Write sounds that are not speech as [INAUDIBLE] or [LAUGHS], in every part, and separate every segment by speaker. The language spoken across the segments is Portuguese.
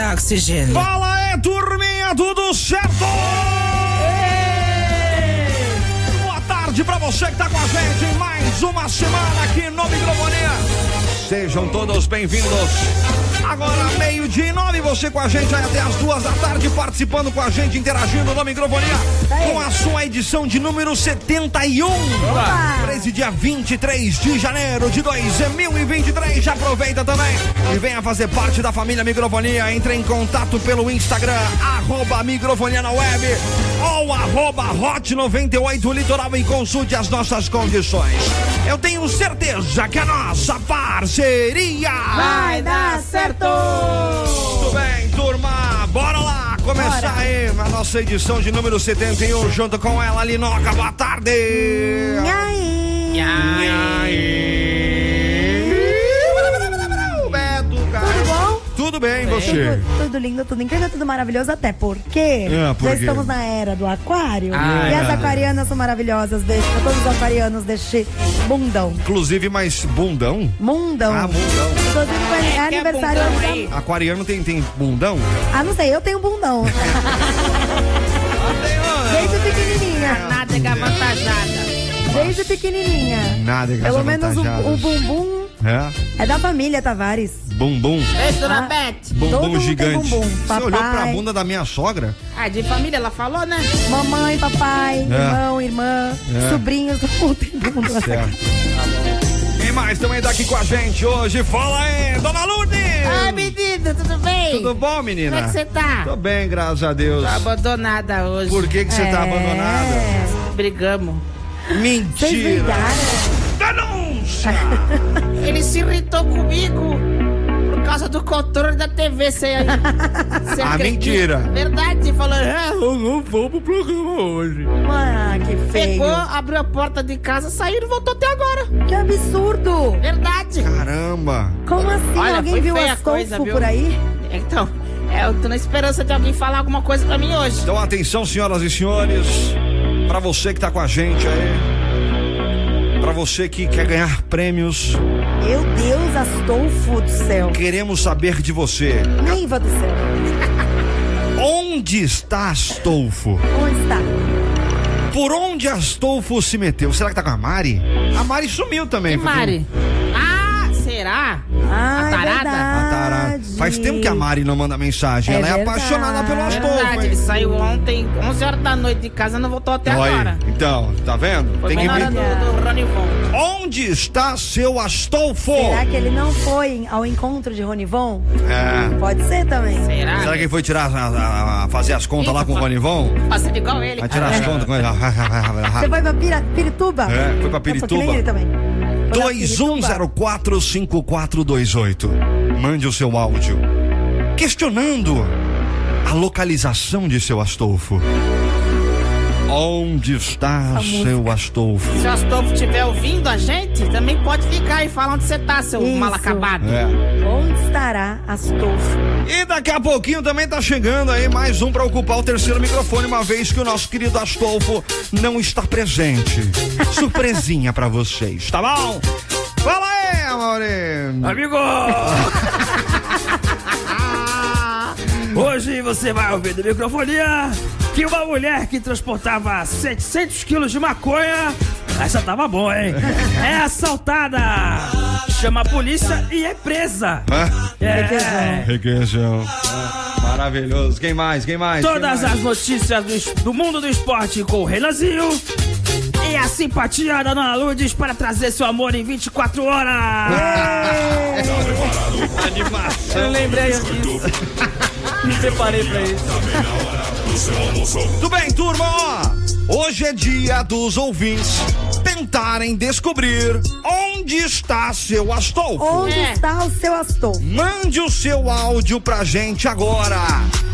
Speaker 1: É
Speaker 2: oxigênio.
Speaker 1: Fala é turminha, tudo certo? Boa tarde pra você que tá com a gente em mais uma semana aqui no Microfonia. Sejam todos bem-vindos. Agora, meio-dia e nove, você com a gente aí até as duas da tarde, participando com a gente, interagindo no Microfonia, com a sua edição de número 71. Opa. dia 23 de janeiro de 2023. Já aproveita também e venha fazer parte da família Microfonia. Entre em contato pelo Instagram, arroba Microfonia na web ou arroba Hot 98 Litoral e consulte as nossas condições. Eu tenho certeza que a nossa parceria
Speaker 3: Vai dar certo!
Speaker 1: muito bem, turma. Bora lá começar
Speaker 3: Bora.
Speaker 1: aí a nossa edição de número 71 junto com ela, Linoca. Boa tarde. Beto,
Speaker 3: Tudo
Speaker 1: cara.
Speaker 3: bom?
Speaker 1: Tudo bem, você?
Speaker 3: Tudo, tudo lindo, tudo incrível, tudo maravilhoso, até porque
Speaker 1: Ah, por
Speaker 3: já
Speaker 1: quê?
Speaker 3: estamos na era do aquário e
Speaker 2: Ah, é
Speaker 3: as
Speaker 2: verdade.
Speaker 3: aquarianas são maravilhosas, deixa todos os aquarianos deste mundão.
Speaker 1: Inclusive, mais bundão?
Speaker 3: Mundão.
Speaker 1: Ah, bundão.
Speaker 3: Inclusive, foi
Speaker 2: É, que é
Speaker 3: aniversário
Speaker 2: bundão
Speaker 3: hoje da-
Speaker 2: aí.
Speaker 1: Aquariano tem, tem bundão?
Speaker 3: Ah, não sei, eu tenho bundão. Desde pequenininha.
Speaker 2: Nada que é avantajada.
Speaker 3: Desde pequenininha.
Speaker 1: Nada que
Speaker 3: Pelo
Speaker 1: as
Speaker 3: menos o,
Speaker 1: avantajadas.
Speaker 3: o bumbum
Speaker 1: É?
Speaker 3: é da família Tavares.
Speaker 1: Bumbum.
Speaker 2: Beijo, dona
Speaker 3: Ah.
Speaker 2: Beth.
Speaker 3: Todo mundo
Speaker 1: Bumbum
Speaker 3: tem
Speaker 1: gigante.
Speaker 3: bumbum.
Speaker 1: Você
Speaker 3: Papai.
Speaker 1: olhou pra bunda da minha sogra?
Speaker 2: Ah, de família, ela falou, né?
Speaker 3: Mamãe, papai, irmão, irmã,
Speaker 1: É.
Speaker 3: sobrinhos, não tem bumbum.
Speaker 2: É.
Speaker 1: Certo. E Tá mais também tá aqui com a gente hoje. Fala aí, dona Lourdes!
Speaker 2: Ai, menino, tudo bem?
Speaker 1: Tudo bom,
Speaker 2: Como
Speaker 1: menina?
Speaker 2: é que você tá?
Speaker 1: Tô bem, graças a Deus.
Speaker 2: Tô abandonada hoje.
Speaker 1: Por que que você tá
Speaker 3: É.
Speaker 1: abandonada?
Speaker 2: Brigamos.
Speaker 3: Vocês
Speaker 1: Mentira!
Speaker 3: brigaram?
Speaker 1: Denúncia!
Speaker 2: Ele se irritou comigo por causa do controle da TV, você
Speaker 1: [LAUGHS]
Speaker 2: aí. Você
Speaker 1: Ah,
Speaker 2: acredita?
Speaker 1: mentira.
Speaker 2: Verdade, você falou, ah, [LAUGHS] eu não vou pro programa hoje.
Speaker 3: Ah, que feio.
Speaker 2: Pegou, abriu a porta de casa, saiu e não voltou até agora.
Speaker 3: Que absurdo.
Speaker 2: Verdade.
Speaker 1: Ah. Caramba!
Speaker 3: Como assim?
Speaker 2: Olha,
Speaker 3: Alguém
Speaker 2: foi
Speaker 3: viu
Speaker 2: feia a
Speaker 3: Astolfo
Speaker 2: coisa, viu?
Speaker 3: por aí?
Speaker 2: Então, é, eu tô na esperança de alguém falar alguma coisa pra mim hoje.
Speaker 1: Então atenção, senhoras e senhores, pra você que tá com a gente aí, pra você que quer ganhar prêmios,
Speaker 3: Meu Deus, Astolfo do céu.
Speaker 1: queremos saber de você.
Speaker 3: Neiva do céu.
Speaker 1: Onde está Astolfo?
Speaker 3: Onde está?
Speaker 1: Por onde Astolfo se meteu? Será que tá com a Mari? A Mari sumiu também.
Speaker 2: E
Speaker 1: foi pro-
Speaker 2: Mari? Ah, será?
Speaker 3: Ah,
Speaker 2: A
Speaker 3: é
Speaker 2: tarada?
Speaker 1: A tarada.
Speaker 3: verdade.
Speaker 1: tá, Faz tempo que a Mari não manda mensagem.
Speaker 3: É
Speaker 1: Ela é
Speaker 3: verdade.
Speaker 1: apaixonada pelo Astolfo.
Speaker 2: Verdade, ele
Speaker 1: hein?
Speaker 2: saiu ontem, 11 horas da noite de casa, não voltou até
Speaker 1: Olha aí.
Speaker 2: agora.
Speaker 1: Então, tá vendo?
Speaker 2: Foi
Speaker 1: Tem
Speaker 2: bem
Speaker 1: que
Speaker 2: na hora
Speaker 1: ver.
Speaker 2: do, do Ronivon.
Speaker 1: Onde está seu Astolfo?
Speaker 3: Será que ele não foi ao encontro de Ronivon?
Speaker 1: É.
Speaker 3: Pode ser também.
Speaker 2: Será?
Speaker 1: Será que ele foi tirar, a- a- a- fazer as contas lá com o
Speaker 2: Eita,
Speaker 1: Ronivon?
Speaker 2: Passando igual ele. É.
Speaker 1: Vai tirar as contas com ele. [LAUGHS]
Speaker 3: Você foi pra Pira- Pirituba?
Speaker 1: É, foi
Speaker 3: Eu sou
Speaker 1: pra
Speaker 3: que
Speaker 1: Pirituba.
Speaker 3: nem ele também. Foi pra Pirituba.
Speaker 1: 21045428. Mande o seu áudio. Questionando a localização de seu Astolfo. Onde está
Speaker 3: Essa
Speaker 1: seu Astolfo?
Speaker 2: Se o Astolfo estiver ouvindo a gente, também pode ligar e falar onde você tá, seu
Speaker 3: Isso.
Speaker 2: mal acabado.
Speaker 1: É.
Speaker 3: Onde estará Astolfo?
Speaker 1: E daqui a pouquinho também tá chegando aí mais um pra ocupar o terceiro microfone, uma vez que o nosso querido Astolfo não está presente. Surpresinha pra vocês, tá bom? Fala aí, amore!
Speaker 4: Amigo! Hoje você vai ouvir do microfonia que uma mulher que transportava 700 quilos de maconha, essa tava bom, hein? É assaltada, chama a polícia e é presa.
Speaker 1: Hã?
Speaker 4: É.
Speaker 1: Requeijão. Maravilhoso. Quem mais? Quem mais? Quem
Speaker 4: Todas
Speaker 1: mais?
Speaker 4: as notícias do, es- do mundo do esporte com o Renanzinho. E a simpatia da Dona Lourdes para trazer seu amor em 24 horas.
Speaker 1: Animação.
Speaker 4: lembrei disso. Me preparei pra isso.
Speaker 1: Tudo bem, turma? Ó, Hoje é dia dos ouvintes tentarem descobrir onde está seu Astolfo.
Speaker 3: Onde
Speaker 2: É.
Speaker 3: está o seu Astolfo?
Speaker 1: Mande o seu áudio pra gente agora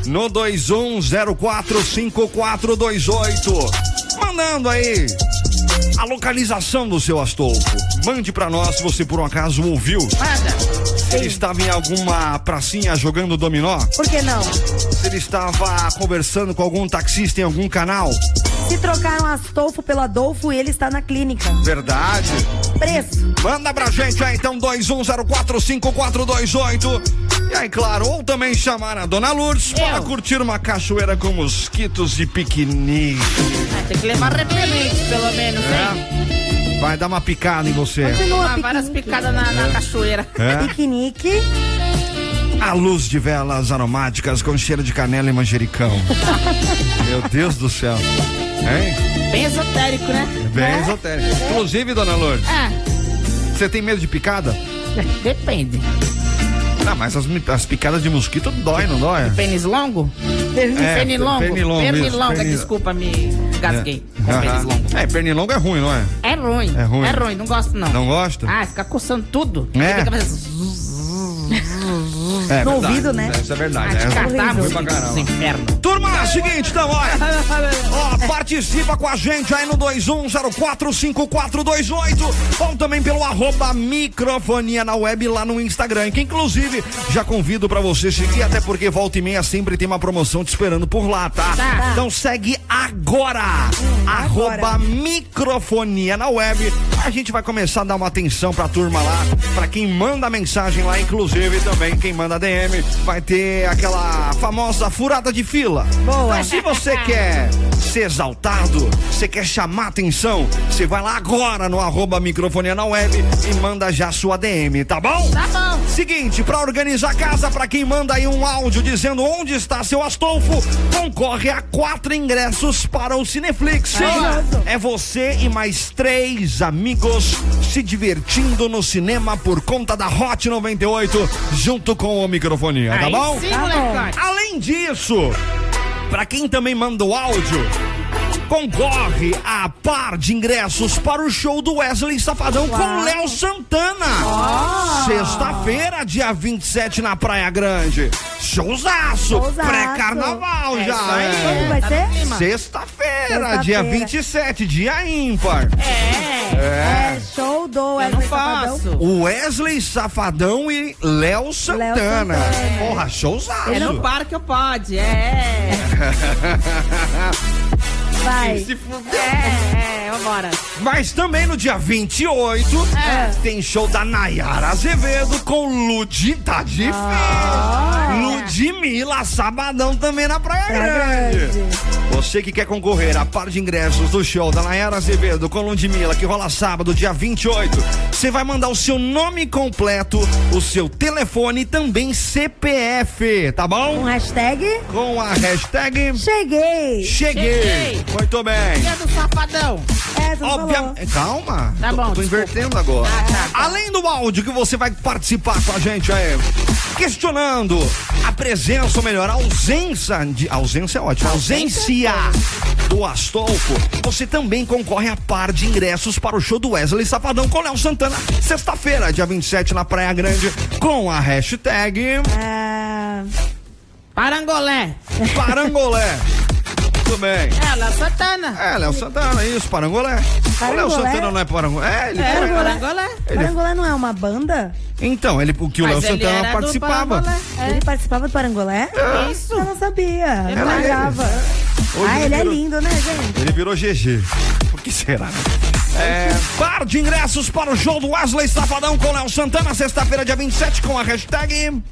Speaker 1: no 21045428. Mandando aí a localização do seu Astolfo. Mande pra nós se você por um acaso ouviu.
Speaker 2: Manda.
Speaker 1: Se ele estava em alguma pracinha jogando dominó,
Speaker 3: Por que não?
Speaker 1: se ele estava conversando com algum taxista em algum canal.
Speaker 3: Se trocaram Astolfo pelo Adolfo e ele está na clínica.
Speaker 1: Verdade.
Speaker 3: Preço.
Speaker 1: um Manda pra gente aí então 21045428. E aí, claro, ou também chamar a Dona Lourdes para
Speaker 2: Eu.
Speaker 1: curtir uma cachoeira com mosquitos e piquenique.
Speaker 2: Ah, tem que levar repelente, pelo menos, hein?
Speaker 1: né? Vai dar uma picada em você.
Speaker 3: Continua
Speaker 2: Ah, várias
Speaker 3: piquenique.
Speaker 2: picadas na, na cachoeira.
Speaker 1: É?
Speaker 3: Piquenique.
Speaker 1: A luz de velas aromáticas com cheiro de canela e
Speaker 2: [LAUGHS]
Speaker 1: manjericão. Meu Deus do céu. Hein?
Speaker 2: Bem esotérico, né?
Speaker 1: Bem esotérico. Inclusive, Dona Lourdes,
Speaker 2: É,
Speaker 1: você tem medo de picada?
Speaker 2: depende.
Speaker 1: Ah, mas as, as picadas de mosquito dói, não dói?
Speaker 2: Pênis longo?
Speaker 1: É,
Speaker 2: pernilongo?
Speaker 1: pernilongo, isso,
Speaker 2: Pernilonga,
Speaker 1: pernil-
Speaker 2: desculpa, me gasguei com
Speaker 1: É. Aham.
Speaker 2: pênis longo.
Speaker 1: É, pernilongo é ruim, não é?
Speaker 2: É ruim.
Speaker 1: É ruim.
Speaker 2: É ruim, não gosto não.
Speaker 1: Não gosta?
Speaker 2: Ah, fica coçando tudo.
Speaker 1: É.
Speaker 2: Fica fazendo
Speaker 1: É
Speaker 3: no ouvido, né?
Speaker 1: Isso é verdade.
Speaker 2: de
Speaker 1: é.
Speaker 2: catar,
Speaker 1: Ruim
Speaker 2: meus
Speaker 1: pra
Speaker 2: filhos,
Speaker 1: caramba.
Speaker 2: inferno.
Speaker 1: Turma, é o seguinte, então,
Speaker 2: [LAUGHS]
Speaker 1: olha. Ó, participa com a gente aí no 21045428 ou também pelo arroba microfonia na web lá no Instagram, que inclusive já convido pra você seguir, até porque volta e meia sempre tem uma promoção te esperando por lá, tá?
Speaker 2: Tá. Hum,
Speaker 1: Então segue agora, arroba microfonia na web. A gente vai começar a dar uma atenção pra turma lá, pra quem manda mensagem lá, inclusive também quem manda DM, vai ter aquela famosa furada de fila.
Speaker 3: Boa.
Speaker 1: Mas se você quer ser exaltado, você quer chamar atenção, você vai lá agora no arroba microfonia na web e manda já sua DM, tá bom?
Speaker 2: Tá bom.
Speaker 1: Seguinte, pra organizar a casa, pra quem manda aí um áudio dizendo onde está seu Astolfo, concorre a quatro ingressos para o Cineflix.
Speaker 2: Maravilhoso.
Speaker 1: É você e mais três amigos se divertindo no cinema por conta da Hot 98, junto com o microfonia, tá
Speaker 2: Aí
Speaker 1: bom?
Speaker 2: Sim,
Speaker 3: Tá bom.
Speaker 2: moleque.
Speaker 1: Além disso, para quem também manda o áudio, concorre a par de ingressos para o show do Wesley Safadão com Léo Santana. Sexta-feira, dia 27, na Praia Grande. Showzaço!
Speaker 3: Showzaço.
Speaker 1: Pré-carnaval
Speaker 2: É isso
Speaker 1: já,
Speaker 2: aí.
Speaker 3: Quando
Speaker 1: é.
Speaker 3: vai
Speaker 2: Tá
Speaker 3: ser?
Speaker 2: bem, mano.
Speaker 1: Sexta-feira,
Speaker 3: Sexta-feira.
Speaker 1: dia 27, dia ímpar.
Speaker 2: É.
Speaker 3: É show do
Speaker 2: Eu não
Speaker 3: Wesley Safadão.
Speaker 2: faço.
Speaker 1: Wesley Safadão e Léo Santana.
Speaker 3: Santana.
Speaker 1: Porra, showzaço.
Speaker 2: É no parque eu pode, é.
Speaker 3: Vai.
Speaker 1: Se fuder.
Speaker 2: É, é, vambora.
Speaker 1: Mas também no dia 28
Speaker 2: É.
Speaker 1: tem show da Nayara Azevedo com Ludi. Tá difícil. Ludmilla, sabadão também na Praia
Speaker 3: Praia
Speaker 1: Grande.
Speaker 3: Grande.
Speaker 1: Você que quer concorrer a par de ingressos do show da Nayara Azevedo com Ludmilla, que rola sábado, dia 28, você vai mandar o seu nome completo, o seu telefone e também CPF, tá
Speaker 3: Um
Speaker 1: bom?
Speaker 3: hashtag.
Speaker 1: Com a hashtag
Speaker 3: Cheguei.
Speaker 1: Cheguei.
Speaker 2: Cheguei.
Speaker 1: Muito bem.
Speaker 2: Dia do safadão.
Speaker 3: É, tu
Speaker 1: Obvia-
Speaker 3: falou.
Speaker 1: É, Calma.
Speaker 2: Tá
Speaker 1: Tô-
Speaker 2: bom,
Speaker 1: Tô,
Speaker 2: desculpa.
Speaker 1: invertendo agora.
Speaker 2: Ah, tá, tá.
Speaker 1: Além do áudio que você vai participar com a gente aí, questionando a presença, ou melhor, a ausência de. a ausência é ótima. a Ausência do Astolfo, você também concorre a par de ingressos para o show do Wesley Safadão com Léo Santana, sexta-feira, dia 27, na Praia Grande, com a hashtag
Speaker 3: Ah,
Speaker 2: Parangolé.
Speaker 1: Parangolé. Muito bem.
Speaker 2: É, La Santana.
Speaker 1: É, Léo Santana, é isso, Parangolé. O Léo
Speaker 3: Parangolé?
Speaker 1: Santana não é Parangolé. É, ele
Speaker 2: É,
Speaker 1: foi-
Speaker 2: Parangolé.
Speaker 3: Parangolé não é uma banda?
Speaker 1: Então, ele, o que o Léo
Speaker 2: Mas ele
Speaker 1: Santana
Speaker 2: era do
Speaker 1: participava.
Speaker 2: Parangolé.
Speaker 3: Ele participava do Parangolé?
Speaker 2: É. Isso.
Speaker 3: Eu não sabia.
Speaker 2: Ele
Speaker 3: Eu não
Speaker 2: é.
Speaker 3: ligava.
Speaker 1: Hoje
Speaker 3: Ah, ele é
Speaker 1: virou-
Speaker 3: lindo, né, gente?
Speaker 1: Ele virou GG. O que será? né? É, par de ingressos para o show do Wesley Safadão com Léo Santana, sexta-feira, dia 27, com a hashtag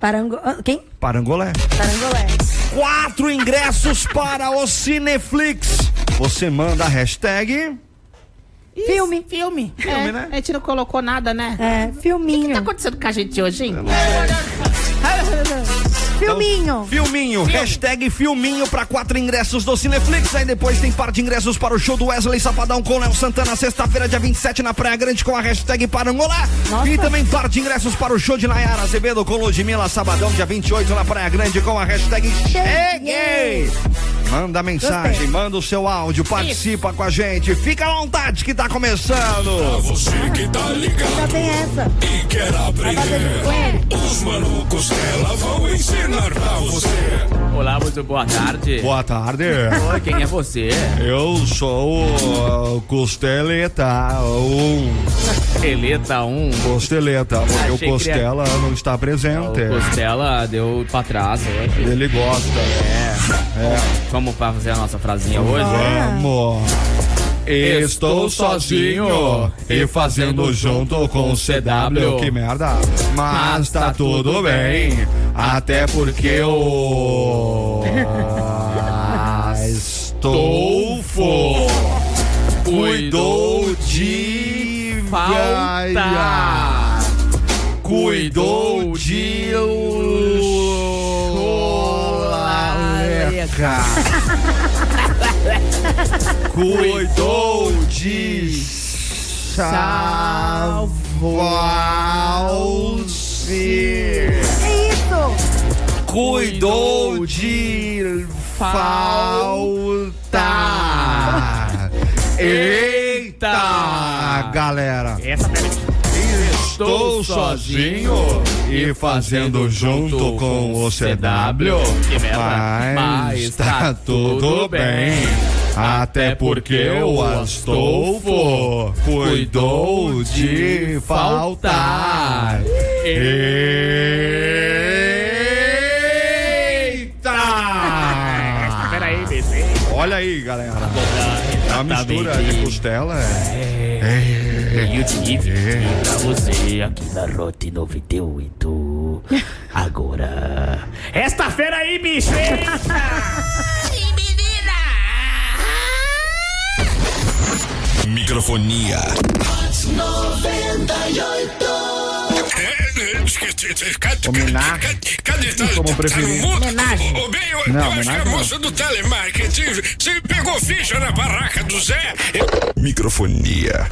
Speaker 3: Parango... ah, Quem?
Speaker 1: Parangolé.
Speaker 3: Parangolé.
Speaker 1: Quatro ingressos para o Cineflix. Você manda a hashtag.
Speaker 2: Isso,
Speaker 3: Filme.
Speaker 2: Filme.
Speaker 1: Filme,
Speaker 2: é,
Speaker 1: né?
Speaker 2: A gente não colocou nada, né?
Speaker 3: É,
Speaker 2: O que tá
Speaker 3: filminho.
Speaker 2: acontecendo com a gente hoje, hein?
Speaker 5: Então-
Speaker 3: Filminho.
Speaker 1: Filminho, hashtag Filminho para quatro ingressos do Cineflix. Aí depois tem par de ingressos para o show do Wesley Safadão com Léo Santana, sexta-feira, dia 27, na Praia Grande, com a hashtag Parangolá.
Speaker 3: Nossa.
Speaker 1: E também par de ingressos para o show de Nayara Azevedo com Ludmilla, sabadão, dia 28, na Praia Grande, com a hashtag Cheguei. Manda mensagem,
Speaker 3: Gostei.
Speaker 1: manda o seu áudio, participa com a gente. Fica à vontade que tá começando.
Speaker 6: Você que tá ligado
Speaker 3: Já tem essa.
Speaker 6: e quer aprender, os malucos dela vão ensinar pra você.
Speaker 5: Olá, muito boa tarde.
Speaker 1: Boa tarde.
Speaker 5: Oi, quem é você?
Speaker 1: Eu sou o Costeleta, um
Speaker 5: Eleta 1.
Speaker 1: Costeleta, porque
Speaker 5: Achei
Speaker 1: o Costela não está presente.
Speaker 5: O Costela deu pra trás hoje.
Speaker 1: Ele gosta. É.
Speaker 5: Vamos pra fazer a nossa frasinha hoje?
Speaker 1: Vamos. é. Estou sozinho e fazendo junto com o CW. Que merda. Mas tá tudo bem. Até porque [LAUGHS] eu. ah, Estou fofo. Cuidou de
Speaker 5: Falta.
Speaker 1: Cuidou de chaleca. Cuidou de salvalse.
Speaker 3: É isso!
Speaker 1: Cuidou de falta. Eita, galera.
Speaker 4: Essa é também.
Speaker 1: Estou sozinho e fazendo junto com o CW.
Speaker 5: Que merda.
Speaker 1: Mas tá tudo bem. Até porque o Astolfo cuidou de faltar. Eita!
Speaker 4: Peraí, bebê.
Speaker 1: Olha aí, galera. A
Speaker 5: Tá
Speaker 1: mistura de costela é.
Speaker 4: E o Steve, pra você aqui na Rote 98. Agora. Esta feira aí, bicho!
Speaker 6: Microfonia. 98.
Speaker 1: Homenar-
Speaker 6: Cadê? Tá,
Speaker 1: Como
Speaker 6: tá-
Speaker 1: preferir.
Speaker 6: tá no mudo?
Speaker 3: Homenagem.
Speaker 6: Ô, bem, eu,
Speaker 1: Não,
Speaker 6: eu acho que a
Speaker 1: homenagem não.
Speaker 6: moça do telemarketing você pegou ficha na barraca do Zé. Microfonia.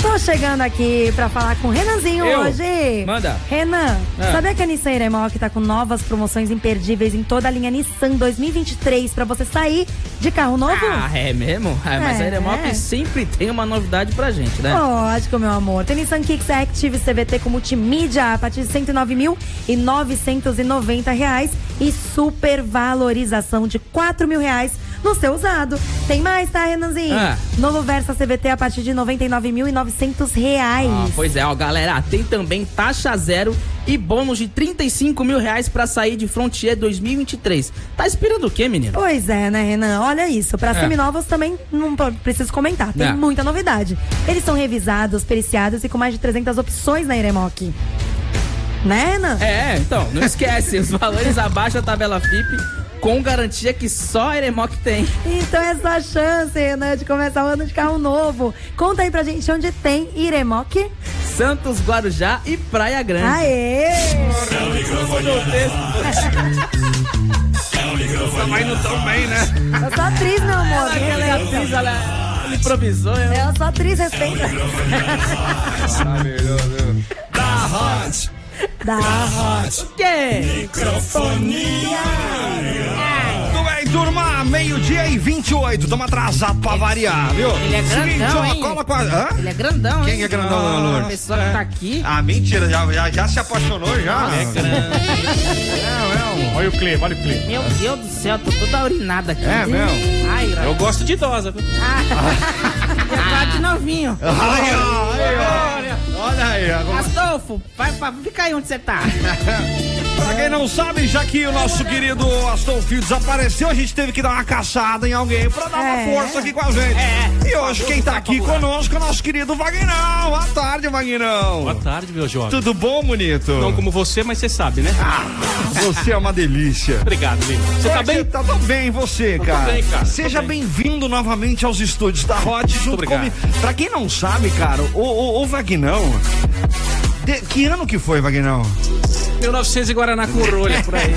Speaker 3: Tô chegando aqui pra falar com o Renanzinho
Speaker 5: Eu?
Speaker 3: hoje.
Speaker 5: Manda.
Speaker 3: Renan,
Speaker 5: Ah.
Speaker 3: sabia que a Nissan Iremol que tá com novas promoções imperdíveis em toda a linha Nissan 2023 pra você sair de carro novo?
Speaker 5: Ah, é mesmo? Ah, mas
Speaker 3: É,
Speaker 5: a Eremop
Speaker 3: é.
Speaker 5: sempre tem uma novidade pra gente, né?
Speaker 3: Lógico, meu amor. Tem Nissan Kicks Active CVT com multimídia a partir de R$ 109.990 reais e supervalorização de R$ mil reais no seu usado. Tem mais, tá, Renanzinho?
Speaker 5: Ah.
Speaker 3: Novo Versa CVT a partir de R$ 99.900 reais.
Speaker 5: Ah, pois é, ó, galera, tem também taxa zero e bônus de 35 mil reais pra sair de Frontier 2023. Tá esperando o quê, menino?
Speaker 3: Pois é, né, Renan? Olha isso. Pra seminovos também não p- preciso comentar. Tem
Speaker 5: É.
Speaker 3: muita novidade. Eles são revisados, periciados e com mais de 300 opções na Iremoc. Né, Renan?
Speaker 5: É, então, não esquece, os valores abaixo da tabela FIP com garantia que só a Eremoc tem.
Speaker 3: Então é sua chance, Renan, de começar o ano de carro novo. Conta aí pra gente onde tem Iremoc.
Speaker 5: Santos, Guarujá e Praia Grande.
Speaker 3: Aê!
Speaker 1: Mas não Tá tão bem, né?
Speaker 3: Eu sou atriz, meu amor.
Speaker 5: Ela é atriz, ela ela improvisou. eu-
Speaker 3: Eu sou atriz, respeita.
Speaker 6: Hot.
Speaker 3: Da...
Speaker 5: Quem?
Speaker 1: Tudo bem, turma? Meio-dia e 28. Tamo atrasado pra variar, viu?
Speaker 5: Ele é
Speaker 1: Seguinte,
Speaker 5: grandão,
Speaker 1: ó,
Speaker 5: hein?
Speaker 1: cola com a... Hã?
Speaker 5: Ele é grandão,
Speaker 1: Quem
Speaker 5: hein?
Speaker 1: é grandão, meu amor?
Speaker 5: A pessoa que tá aqui.
Speaker 1: Ah, mentira, já, já, já se apaixonou já. É
Speaker 7: Olha o clima, olha o clima.
Speaker 5: Meu Deus do céu, tô toda urinada aqui.
Speaker 1: É mesmo?
Speaker 5: Ai, eu
Speaker 7: gosto de idosa, viu?
Speaker 1: Ah.
Speaker 2: [LAUGHS]
Speaker 5: tô de novinho.
Speaker 1: Aí, ó, aí, ó. Olha aí, agora.
Speaker 5: Astolfo, vai, pra- fica aí onde você tá.
Speaker 1: Pra quem não sabe, já que o nosso querido Astolfo desapareceu, a gente teve que dar uma caçada em alguém pra dar uma
Speaker 3: É.
Speaker 1: força aqui com a gente. E hoje quem tá aqui conosco é o nosso querido Vagnão. Boa tarde, Vagnão.
Speaker 7: Boa tarde, meu jovem.
Speaker 1: Tudo bom, bonito?
Speaker 7: Não como você, mas você sabe, né?
Speaker 1: Você é uma delícia.
Speaker 7: Obrigado, lindo. Você
Speaker 1: Como
Speaker 7: tá
Speaker 1: é que
Speaker 7: bem?
Speaker 1: Você tá tão bem, você, cara.
Speaker 7: bem, cara, tô
Speaker 1: Seja
Speaker 7: bem.
Speaker 1: bem-vindo novamente aos estúdios da Hot. Junto
Speaker 7: obrigado.
Speaker 1: comigo. Pra quem não sabe, cara, o, o, o Vagnão. de- que ano que foi, Vagnão?
Speaker 7: 1900 e Guaraná com rolha por aí.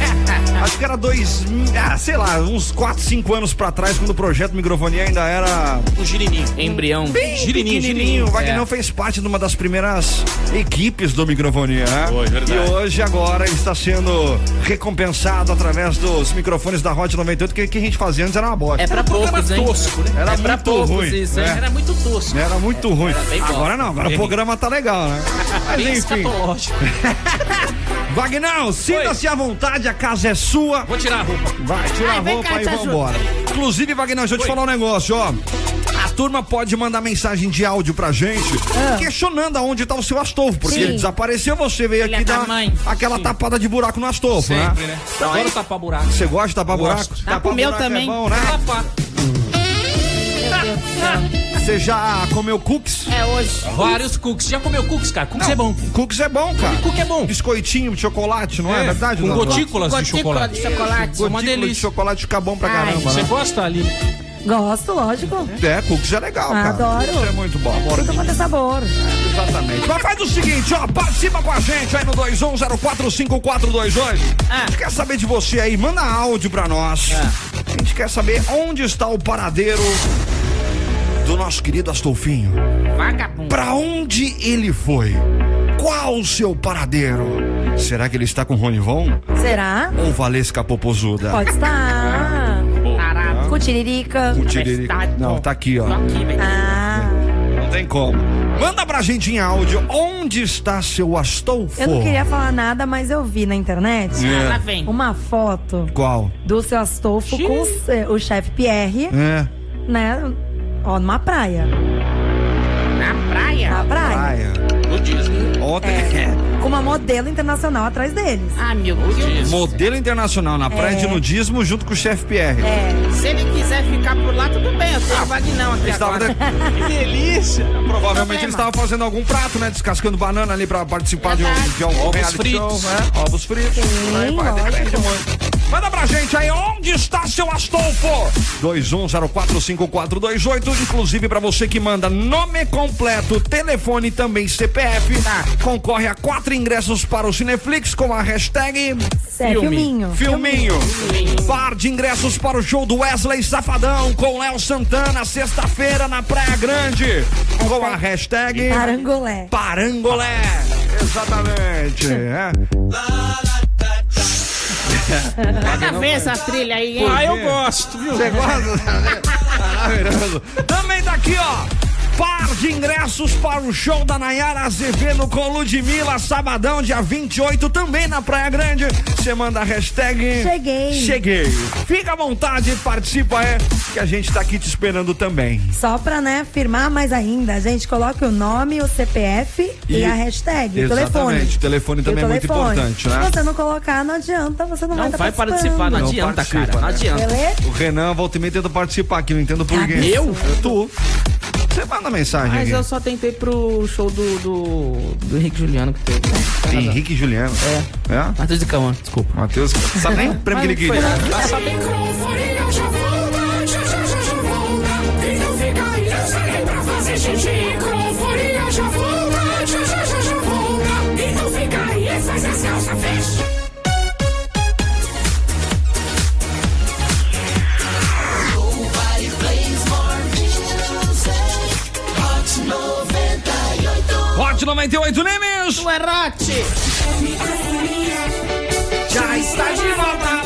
Speaker 1: Acho que era dois. Ah, sei lá, uns 4, 5 anos pra trás, quando o projeto Microfonia ainda era
Speaker 7: Um girininho.
Speaker 5: Embrião.
Speaker 1: bem
Speaker 7: Girininho,
Speaker 1: pequenininho.
Speaker 7: girininho.
Speaker 1: O Vagnão
Speaker 5: É.
Speaker 1: fez parte de uma das primeiras equipes do Microfonia. né?
Speaker 7: Foi, verdade.
Speaker 1: E hoje, agora, ele está sendo recompensado através dos microfones da Hot 98, que, que a gente fazia antes era uma bosta.
Speaker 5: É pra poucos, hein?
Speaker 7: tosco, né?
Speaker 1: Era
Speaker 5: é pra
Speaker 1: muito
Speaker 5: poucos
Speaker 1: ruim,
Speaker 5: isso, hein?
Speaker 1: né?
Speaker 7: Era é muito tosco.
Speaker 1: Era muito ruim.
Speaker 5: bem bosta.
Speaker 1: Agora não, agora o programa tá legal, né? Mas
Speaker 7: Bem
Speaker 1: enfim.
Speaker 7: escatológico.
Speaker 1: Vagnão, sinta-se à vontade, a casa é sua.
Speaker 7: Vou tirar a roupa.
Speaker 1: Vai, tira a
Speaker 2: vem
Speaker 1: roupa
Speaker 2: cá,
Speaker 1: aí e
Speaker 2: te ajudo.
Speaker 1: vambora. Inclusive, Wagner, deixa eu te falar um negócio, ó. A turma pode mandar mensagem de áudio pra gente,
Speaker 2: Ah.
Speaker 1: questionando aonde tá o seu Astolfo, porque
Speaker 3: Sim.
Speaker 1: ele desapareceu, você veio
Speaker 7: Ele
Speaker 1: aqui
Speaker 7: é
Speaker 1: dar
Speaker 7: tamanho.
Speaker 1: aquela
Speaker 7: Sim.
Speaker 1: tapada de buraco no Astolfo,
Speaker 7: Sempre, Tá
Speaker 1: né?
Speaker 7: né? Agora eu tapar buraco.
Speaker 1: Você gosta de tapar buraco? é né?
Speaker 7: Gosto.
Speaker 1: Tapar
Speaker 5: com o meu
Speaker 1: buraco é
Speaker 5: também.
Speaker 1: bom, né?
Speaker 7: Tapar.
Speaker 1: Você já comeu cookies?
Speaker 2: É hoje.
Speaker 7: Vários cookies. Já comeu cookies, cara? Cookies é bom.
Speaker 1: Cookies é bom, cara.
Speaker 7: Cookie é bom.
Speaker 1: Biscoitinho de chocolate, não é, verdade?
Speaker 7: Com
Speaker 1: Dona Flor?
Speaker 7: gotículas de
Speaker 2: Gotícula de
Speaker 7: chocolate.
Speaker 2: chocolate.
Speaker 7: Isso, uma
Speaker 1: Gotícula de
Speaker 7: delícia.
Speaker 1: chocolate fica bom pra
Speaker 3: Ai.
Speaker 1: caramba,
Speaker 7: Você
Speaker 1: né?
Speaker 7: gosta, ali?
Speaker 3: Gosto, lógico.
Speaker 1: É, cookies é legal, cara.
Speaker 3: Adoro.
Speaker 1: Cookies é muito bom. Bora
Speaker 3: Tudo quanto é sabor.
Speaker 1: Exatamente. Mas faz o seguinte, ó, participa com a gente aí no 21045422. A gente quer saber de você aí, manda áudio pra nós. A gente quer saber onde está o paradeiro do nosso querido Astolfinho.
Speaker 2: Vagabundo.
Speaker 1: Pra onde ele foi? Qual o seu paradeiro? Será que ele está com Ronivon
Speaker 3: Será?
Speaker 1: ou Valesca Popozuda?
Speaker 3: Pode estar.
Speaker 2: Tarado.
Speaker 3: Com tiririca.
Speaker 1: O Tiririca-
Speaker 2: Está-
Speaker 1: Não, tá aqui, ó.
Speaker 2: Aqui, velho.
Speaker 3: Ah,
Speaker 1: Não tem como. Manda pra gente em áudio onde está seu Astolfo.
Speaker 3: eu não queria falar nada, mas eu vi na internet
Speaker 7: É.
Speaker 2: Ah, lá vem.
Speaker 3: uma foto
Speaker 1: Qual?
Speaker 3: do seu Astolfo com o se- o chefe Pierre,
Speaker 1: É.
Speaker 3: né? Ó, numa praia.
Speaker 2: Na praia?
Speaker 3: Na praia.
Speaker 1: Praia.
Speaker 7: No Disney.
Speaker 1: Ontem.
Speaker 3: Com uma modelo internacional atrás deles.
Speaker 2: Ah, meu Deus.
Speaker 7: Disney.
Speaker 1: [LAUGHS] Modelo internacional na praia de nudismo junto com o chefe Pierre.
Speaker 3: É.
Speaker 2: Se ele quiser ficar por lá, tudo bem. Eu tenho vagnão aqui
Speaker 1: Eles estavam-
Speaker 2: agora.
Speaker 7: Que delícia.
Speaker 1: Provavelmente
Speaker 2: Problema.
Speaker 1: eles estavam fazendo algum prato, né? Descascando banana ali pra participar de um,
Speaker 2: Verdade.
Speaker 1: de um
Speaker 7: Ovos
Speaker 1: reality
Speaker 7: fritos.
Speaker 1: show, né? Ovos fritos. Vai, vai,
Speaker 3: lógico.
Speaker 1: depende muito. Manda pra gente aí, onde está seu Astolfo? 21045428, inclusive pra você que manda nome completo, telefone e também CPF, né? concorre a quatro ingressos para o Cineflix com a hashtag
Speaker 3: É,
Speaker 7: Filme.
Speaker 3: filminho.
Speaker 1: Filminho. Par de ingressos para o show do Wesley Safadão com Léo Santana, sexta-feira na Praia Grande. Com a hashtag
Speaker 3: Parangolé.
Speaker 1: Parangolé. Exatamente. é.
Speaker 2: Nada a ver
Speaker 1: né?
Speaker 2: essa trilha aí, hein?
Speaker 7: Ah, eu gosto, viu?
Speaker 1: Você gosta? Maravilhoso. Também daqui, ó. Par de ingressos para o show da Nayara Azevedo com Ludmilla, sabadão, dia 28, também na Praia Grande. Você manda a hashtag.
Speaker 3: Cheguei.
Speaker 1: Cheguei. Fica à vontade, participa, é, que a gente tá aqui te esperando também.
Speaker 3: Só pra, né, firmar mais ainda, a gente coloca o nome, o CPF e,
Speaker 1: E-
Speaker 3: a hashtag, o telefone.
Speaker 1: Exatamente, o telefone
Speaker 3: E
Speaker 1: também é muito importante, né?
Speaker 3: Se você não colocar, não adianta, você não, vai
Speaker 5: Não
Speaker 3: estar
Speaker 5: vai participar, não
Speaker 1: Não
Speaker 5: adianta,
Speaker 1: participa,
Speaker 5: cara. Não
Speaker 1: né?
Speaker 5: adianta.
Speaker 3: Beleza?
Speaker 1: O Renan volta e meia tenta participar aqui, não entendo por quê.
Speaker 5: Eu?
Speaker 1: Tu. Você manda mensagem
Speaker 5: Mas
Speaker 1: aqui.
Speaker 5: eu só tentei pro show do, do, do Henrique Juliano que teve.
Speaker 1: Henrique e Juliano. É. É?
Speaker 5: Matheus de Cauã, desculpa.
Speaker 1: Matheus, sabe nem o prêmio que ele queria.
Speaker 6: Microfonia já volta, já já já já volta. E não fica aí, eu saí pra fazer xixi. Microfonia já volta, já já já já volta. E não fica aí, faz as calças, fecha.
Speaker 1: Hot 98 Nimes!
Speaker 2: O Erote.
Speaker 1: Já está de volta!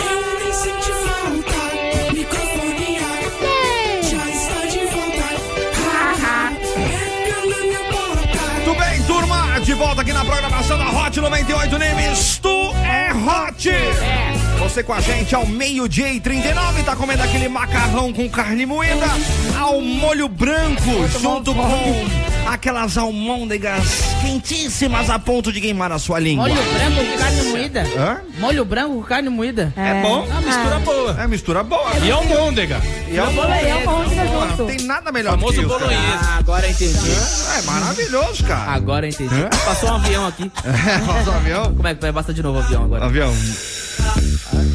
Speaker 6: Eu nem senti falta. Microfonia já está de volta. Pega na minha porta.
Speaker 1: Muito bem, turma! De volta aqui na programação da Hot 98 Nimes. Tu é Hot! Você com a gente ao meio-dia e 39, tá comendo aquele macarrão com carne moída, ao molho branco, junto com aquelas almôndegas quentíssimas a ponto de queimar a sua língua.
Speaker 5: Molho branco com carne moída.
Speaker 1: Hã?
Speaker 5: Molho branco com carne moída.
Speaker 1: É bom?
Speaker 7: Uma mistura boa.
Speaker 1: É mistura boa.
Speaker 7: E almôndega.
Speaker 1: E é um
Speaker 3: Ah. É um monte de
Speaker 1: Não
Speaker 3: junto.
Speaker 1: tem nada melhor
Speaker 7: Famoso
Speaker 1: que isso. cara.
Speaker 7: bolonhesa.
Speaker 5: Ah, agora eu entendi.
Speaker 1: É maravilhoso, cara.
Speaker 5: Agora eu entendi. Passou um avião aqui.
Speaker 1: Nossa, avião.
Speaker 5: Como é que vai? Basta de novo o avião agora.
Speaker 1: Avião.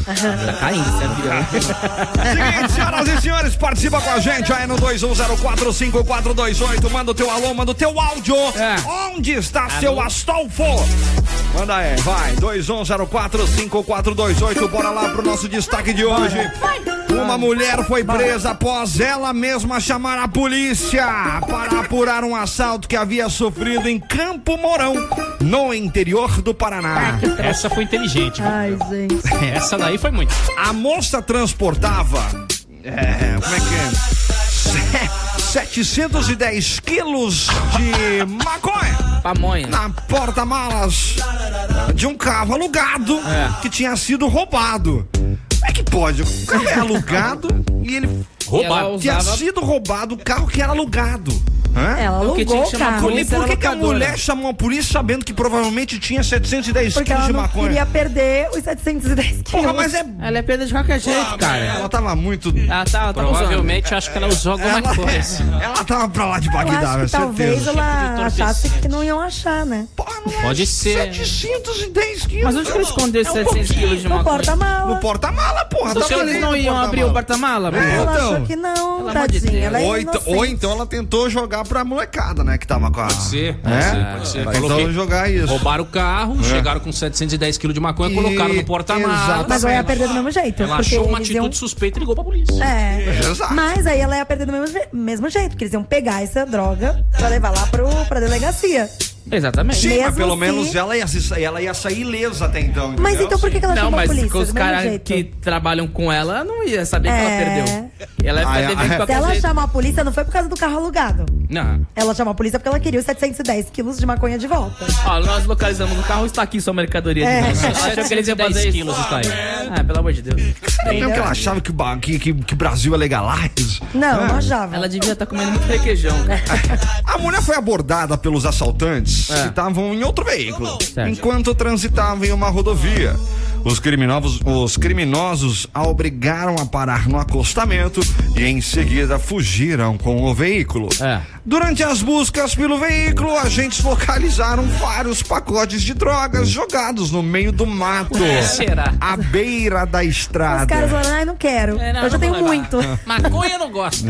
Speaker 5: Tá caindo esse avião.
Speaker 1: Seguinte, senhoras e senhores, participa com a gente aí no 21045428. Manda o teu alô, manda o teu áudio.
Speaker 5: É.
Speaker 1: Onde está seu Astolfo? Manda aí, vai. 21045428. Bora lá pro nosso destaque de hoje. Uma mulher foi presa após ela mesma chamar a polícia para apurar um assalto que havia sofrido em Campo Mourão, no interior do Paraná.
Speaker 7: Essa foi inteligente. viu?
Speaker 3: Ai, gente.
Speaker 7: Essa daí foi muito.
Speaker 1: A moça transportava. É, como é que é? Se- 710 quilos de maconha
Speaker 5: Pamonha.
Speaker 1: na porta-malas de um carro alugado que tinha sido roubado. Como é que pode? O carro é alugado e ele
Speaker 8: Roubado.
Speaker 5: ela
Speaker 1: Tinha
Speaker 5: usava-
Speaker 1: sido roubado o carro que era alugado. Hã?
Speaker 3: Ela
Speaker 5: Porque tinha
Speaker 3: alugou
Speaker 5: que
Speaker 3: o
Speaker 5: chamar a
Speaker 3: carro.
Speaker 1: Por,
Speaker 5: polícia
Speaker 1: por
Speaker 5: era
Speaker 1: que, que a
Speaker 5: locadora.
Speaker 1: mulher chamou a polícia sabendo que provavelmente tinha 710
Speaker 3: Porque
Speaker 1: quilos
Speaker 3: ela
Speaker 1: de
Speaker 3: não
Speaker 1: maconha?
Speaker 3: queria perder os 710 quilos.
Speaker 1: Porra, mas é.
Speaker 5: Ela é perda de qualquer jeito, cara.
Speaker 1: Ela tava muito.
Speaker 5: Ela tá, ela tá usando.
Speaker 8: Provavelmente eu acho é que ela usou alguma
Speaker 1: Ela, é.
Speaker 8: coisa.
Speaker 1: ela tava pra lá de
Speaker 3: Eu acho
Speaker 1: Bagdá,
Speaker 3: que talvez
Speaker 1: é certeza.
Speaker 8: Tipo de
Speaker 3: ela achasse
Speaker 8: torpecente.
Speaker 3: que não iam achar, né?
Speaker 1: Porra, não é
Speaker 8: Pode ser.
Speaker 1: 710 quilos.
Speaker 5: Mas onde que ela escondeu esses 700 quilos de
Speaker 3: No
Speaker 5: maconha?
Speaker 1: No
Speaker 3: porta-mala.
Speaker 1: porta-mala, porra.
Speaker 5: Os
Speaker 1: tava
Speaker 5: caras
Speaker 1: ali
Speaker 5: não
Speaker 1: no
Speaker 5: iam
Speaker 1: porta-mala.
Speaker 5: abrir o porta-mala, pô.
Speaker 1: É,
Speaker 3: Ela
Speaker 1: então.
Speaker 3: achou que não,
Speaker 5: Pelo amor de Deus.
Speaker 3: tadinha. Ela é
Speaker 1: Ou, então- ou
Speaker 3: inocente.
Speaker 1: então ela tentou jogar pra molecada, né? Que tava com a.
Speaker 8: Pode ser, pode ser,
Speaker 1: É?
Speaker 8: pode ser.
Speaker 1: Ela
Speaker 8: Falou
Speaker 1: tentou
Speaker 8: que-
Speaker 1: jogar isso.
Speaker 8: Roubaram o carro,
Speaker 3: É.
Speaker 8: chegaram com 710 quilos de maconha,
Speaker 1: E-
Speaker 8: colocaram no
Speaker 1: Exato.
Speaker 8: porta-malas.
Speaker 3: Mas ela ia perder do mesmo jeito.
Speaker 8: Ela
Speaker 3: porque
Speaker 8: achou uma
Speaker 3: eles
Speaker 8: atitude
Speaker 3: iam-
Speaker 8: suspeita e ligou pra polícia.
Speaker 3: É.
Speaker 1: Exato.
Speaker 3: Mas aí ela ia perder do mesmo, je- mesmo jeito, porque eles iam pegar essa droga pra levar lá pro, pra delegacia.
Speaker 5: Exatamente.
Speaker 1: Sim, mas
Speaker 3: mesmo
Speaker 1: pelo
Speaker 3: se-
Speaker 1: menos ela ia, se- ela ia sair ilesa até então.
Speaker 3: Mas
Speaker 1: entendeu?
Speaker 3: então por que, que ela
Speaker 5: Não,
Speaker 3: chamou a
Speaker 5: mas
Speaker 3: polícia?
Speaker 5: com os
Speaker 3: do mesmo
Speaker 5: caras
Speaker 3: jeito?
Speaker 5: que tá trabalham com ela, não ia saber que
Speaker 3: É.
Speaker 5: ela perdeu. Ela ia ficar
Speaker 1: Ai,
Speaker 5: devendo
Speaker 1: ai.
Speaker 5: de
Speaker 3: Se
Speaker 5: qualquer
Speaker 3: ela
Speaker 5: jeito.
Speaker 3: chamar a polícia, não foi por causa do carro alugado.
Speaker 5: Não.
Speaker 3: Ela chamou a polícia porque ela queria os 710 quilos de maconha de volta.
Speaker 5: Ó, nós localizamos no carro, está aqui sua mercadoria.
Speaker 3: É.
Speaker 5: De novo. Ela achou que eles iam fazer
Speaker 8: 10
Speaker 5: isso.
Speaker 8: quilos está aí.
Speaker 5: Ah, pelo amor de Deus.
Speaker 1: Será mesmo que ela achava que o ba- que, que, que o Brasil é legalize?
Speaker 3: Não, não achava.
Speaker 5: Ela devia estar comendo muito requeijão, né?
Speaker 1: A mulher foi abordada pelos assaltantes que estavam em outro veículo, enquanto transitavam em uma rodovia. Os criminosos, os criminosos a obrigaram a parar no acostamento e em seguida fugiram com o veículo.
Speaker 8: É.
Speaker 1: Durante as buscas pelo veículo, agentes localizaram vários pacotes de drogas jogados no meio do mato,
Speaker 8: Será?
Speaker 1: à beira da
Speaker 3: Os caras
Speaker 1: estrada.
Speaker 3: falaram, ai, não quero.
Speaker 8: É, não,
Speaker 3: eu já
Speaker 8: não
Speaker 3: tenho
Speaker 8: vou levar.
Speaker 3: muito.
Speaker 8: [LAUGHS] Maconha eu não gosto.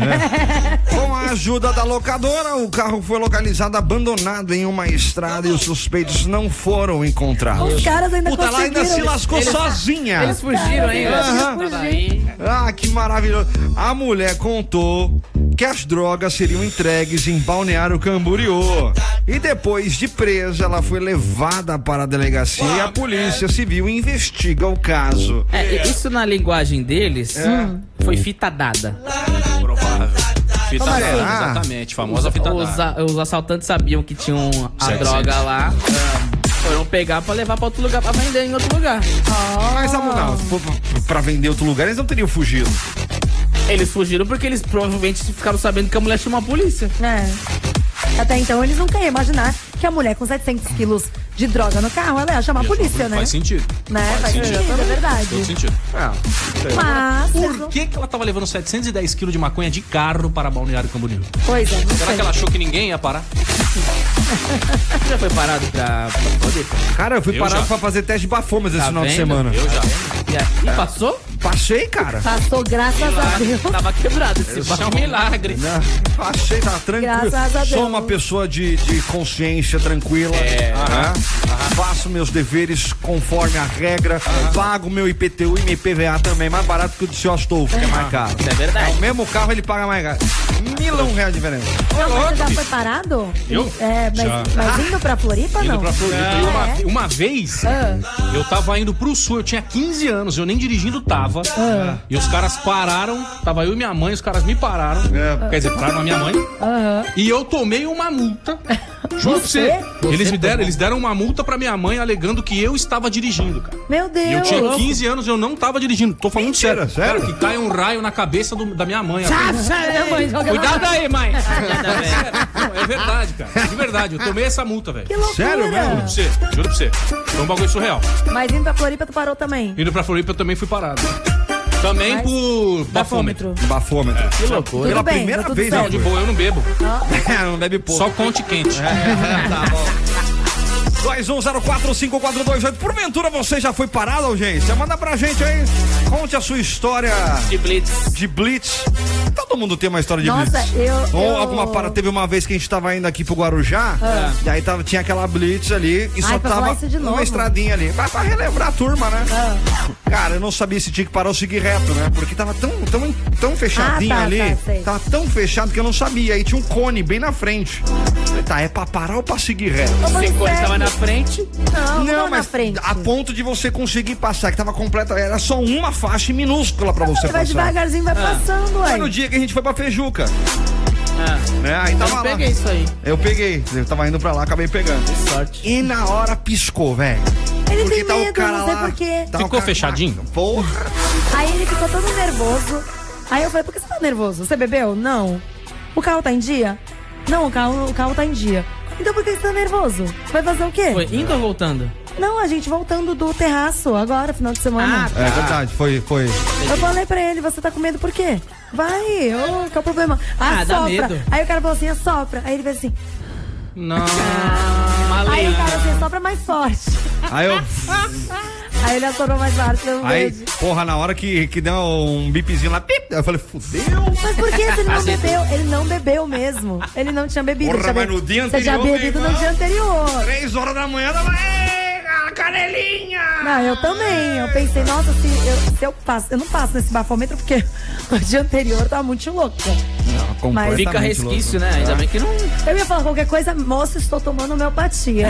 Speaker 1: Com a ajuda da locadora, o carro foi localizado abandonado em uma estrada e os suspeitos não foram encontrados.
Speaker 3: Os caras ainda
Speaker 1: Puta, ela ainda se
Speaker 3: conseguiram.
Speaker 1: lascou sozinha.
Speaker 5: Eles fugiram ainda.
Speaker 1: Aham. Ah, que maravilhoso. A mulher contou que as drogas seriam entregues em Balneário Camboriú. E depois de presa, ela foi levada para a delegacia e a polícia civil investiga o caso.
Speaker 5: É, e- isso na linguagem deles Hum. foi fita dada.
Speaker 8: Provável. Fita
Speaker 3: Como
Speaker 8: dada,
Speaker 1: assim?
Speaker 8: exatamente. Famosa fita
Speaker 5: Os,
Speaker 8: dada.
Speaker 5: a- os assaltantes sabiam que tinham a
Speaker 8: Certo,
Speaker 5: droga
Speaker 8: certo.
Speaker 5: lá.
Speaker 8: É.
Speaker 5: Foram pegar pra levar pra outro lugar pra vender em outro lugar.
Speaker 1: Mas a mulher, não, se for pra- pra vender em outro lugar, eles não teriam fugido.
Speaker 5: Eles fugiram porque eles provavelmente ficaram sabendo que a mulher chamou a polícia.
Speaker 3: É. Até então eles nunca iam imaginar que a mulher com 700 quilos de droga no carro, ela ia chamar a polícia, né?
Speaker 8: Faz sentido.
Speaker 3: Né? Faz
Speaker 8: sentido.
Speaker 3: sentido, é
Speaker 8: Todo
Speaker 3: verdade.
Speaker 8: sentido.
Speaker 3: Mas, vocês
Speaker 8: Por
Speaker 3: não-
Speaker 8: que, que ela tava levando 710 quilos de maconha de carro para Balneário Camboriú?
Speaker 3: pois é, não
Speaker 8: Será
Speaker 3: sei.
Speaker 8: que ela achou que ninguém ia parar?
Speaker 5: Já foi parado pra, pra poder.
Speaker 1: Cara, eu fui
Speaker 8: Eu
Speaker 1: parado
Speaker 8: já.
Speaker 1: pra fazer teste de bafômetro esse
Speaker 5: Tá
Speaker 1: final de
Speaker 5: vendo?
Speaker 1: semana.
Speaker 8: Eu já.
Speaker 5: E aqui passou?
Speaker 1: Passei, cara.
Speaker 3: Passou, graças
Speaker 8: Tá
Speaker 3: a Deus.
Speaker 5: Tava quebrado esse
Speaker 8: Isso é um
Speaker 5: barco.
Speaker 8: milagre.
Speaker 1: Passei, tá tranquilo.
Speaker 3: Graças a Deus.
Speaker 1: Sou uma pessoa de, de consciência tranquila. Aham. Faço meus deveres conforme a regra. Pago meu IPTU e meu IPVA também. Mais barato que o do seu Astolfo, que é mais caro.
Speaker 5: É verdade.
Speaker 1: O mesmo carro ele paga mais caro. Milão reais de diferença.
Speaker 3: Não, mas você já foi parado?
Speaker 8: Eu?
Speaker 3: É, mas, mas indo pra Floripa,
Speaker 8: Indo
Speaker 3: não?
Speaker 8: pra Floripa. E uma, Ah.
Speaker 3: Ah, é?
Speaker 8: uma vez, eu tava indo pro sul, eu tinha 15 anos, eu nem dirigindo tava.
Speaker 3: É.
Speaker 8: E os caras pararam, tava eu e minha mãe, os caras me pararam.
Speaker 1: É.
Speaker 8: Quer dizer, pararam a minha mãe. E eu tomei
Speaker 3: [LAUGHS]
Speaker 8: uma multa. Juro pra você. Eles me deram, eles deram uma multa pra minha mãe alegando que eu estava dirigindo, cara.
Speaker 3: Meu
Speaker 8: E eu
Speaker 3: Deus.
Speaker 8: tinha 15 anos, eu não tava dirigindo. Tô falando
Speaker 1: Mentira,
Speaker 8: sério.
Speaker 1: sério?
Speaker 8: Cara, que cai um raio na cabeça do- da minha mãe. agora.
Speaker 3: Ah,
Speaker 5: Cuidado aí, [LAUGHS] mãe.
Speaker 8: Não, é verdade, cara. De verdade, eu tomei essa multa, velho.
Speaker 3: Que loucura.
Speaker 1: Sério mesmo?
Speaker 8: Pra você, juro pra você. Foi um bagulho surreal.
Speaker 3: Mas indo pra Floripa, tu parou também?
Speaker 8: Indo pra Floripa eu também fui parado. Também
Speaker 3: Mas-
Speaker 8: por bafômetro.
Speaker 1: Bafômetro.
Speaker 8: Que loucura.
Speaker 1: Pela
Speaker 3: bem, tá
Speaker 1: primeira
Speaker 3: tudo
Speaker 1: vez,
Speaker 3: certo.
Speaker 8: Não, de boa, eu não bebo.
Speaker 1: É, [LAUGHS] não bebe pouco.
Speaker 8: Só conte quente.
Speaker 1: 21045428. Porventura você já foi parado, audiência? Manda pra gente aí. Conte a sua história
Speaker 5: De blitz.
Speaker 1: de Blitz. Todo mundo tem uma história de
Speaker 3: Nossa,
Speaker 1: Blitz.
Speaker 3: eu-
Speaker 1: Ou
Speaker 3: eu- Ah.
Speaker 1: alguma parada. Teve uma vez que a gente tava indo aqui pro Guarujá. E aí tava, tinha aquela Blitz ali. E só
Speaker 3: pra falar
Speaker 1: tava
Speaker 3: isso de novo.
Speaker 1: uma estradinha ali. Mas pra relembrar a turma, né?
Speaker 3: Ah.
Speaker 1: Cara, eu não sabia se tinha que parar ou seguir reto, né? Porque tava tão, tão, tão fechadinho
Speaker 3: Ah, tá,
Speaker 1: ali.
Speaker 3: tá, sei.
Speaker 1: tava tão fechado que eu não sabia. Aí tinha um cone bem na frente. Falei, Tá, é pra parar ou pra seguir reto?
Speaker 3: um
Speaker 5: Sem coisa, tava na frente.
Speaker 3: Não, não,
Speaker 1: Não,
Speaker 3: na
Speaker 1: mas
Speaker 3: frente.
Speaker 1: a ponto de você conseguir passar, que tava completa, era só uma faixa minúscula pra você
Speaker 3: Você vai
Speaker 1: passar.
Speaker 3: devagarzinho, vai passando,
Speaker 1: Foi no
Speaker 3: ué.
Speaker 1: dia que a gente foi pra Fejuca. Né? Aí tava
Speaker 5: Eu
Speaker 1: lá.
Speaker 5: peguei isso aí.
Speaker 1: Eu peguei, eu tava indo pra lá, acabei pegando.
Speaker 5: Sorte.
Speaker 1: E na hora piscou, velho.
Speaker 3: Ele
Speaker 1: Porque
Speaker 3: tem
Speaker 1: tá o
Speaker 3: medo,
Speaker 1: cara
Speaker 3: não sei
Speaker 1: lá.
Speaker 3: porquê.
Speaker 1: tá o
Speaker 8: Ficou
Speaker 1: cara-
Speaker 8: fechadinho?
Speaker 1: Porra.
Speaker 3: Aí ele ficou todo nervoso. Aí eu falei, por que você tá nervoso? Você bebeu? Não. O carro tá em dia? Não, o carro, o carro tá em dia. Então por que você tá nervoso? Vai fazer o quê?
Speaker 5: Foi indo ou voltando?
Speaker 3: Não, a gente voltando do terraço agora, final de semana.
Speaker 1: É verdade, foi, foi.
Speaker 3: Eu falei pra ele, você tá com medo por quê? Vai, ô, qual é o problema?
Speaker 5: Ah, dá
Speaker 3: Assopra.
Speaker 5: medo.
Speaker 3: Aí o cara falou assim, assopra. Aí ele fez assim.
Speaker 7: Não.
Speaker 3: Aí o cara assim, assopra mais forte.
Speaker 1: Aí eu.
Speaker 3: Tá Aí ele assoprou mais forte, deu um
Speaker 1: Aí,
Speaker 3: beijo.
Speaker 1: porra, na hora que, que deu um bipzinho lá, pip, eu falei, fudeu.
Speaker 3: Mas por que se ele não bebeu? Ele não bebeu mesmo. Ele não tinha bebido.
Speaker 1: Assim, né? Porra,
Speaker 3: ele tinha bebido-
Speaker 1: mas no dia
Speaker 3: Você tinha
Speaker 1: anterior,
Speaker 3: bebido
Speaker 1: meu
Speaker 3: no dia anterior.
Speaker 1: Três horas da manhã, tava. "Ei, Canelinha!
Speaker 3: Não, eu também. Eu pensei, nossa, se eu, se eu passo, eu não passo nesse bafômetro porque [LAUGHS] o dia anterior eu tava muito louca. Mas-
Speaker 5: Fica
Speaker 1: Completamente
Speaker 5: resquício, né? Ainda bem que não.
Speaker 3: Eu ia falar qualquer coisa, moço, estou tomando
Speaker 1: [LAUGHS]
Speaker 3: homeopatia.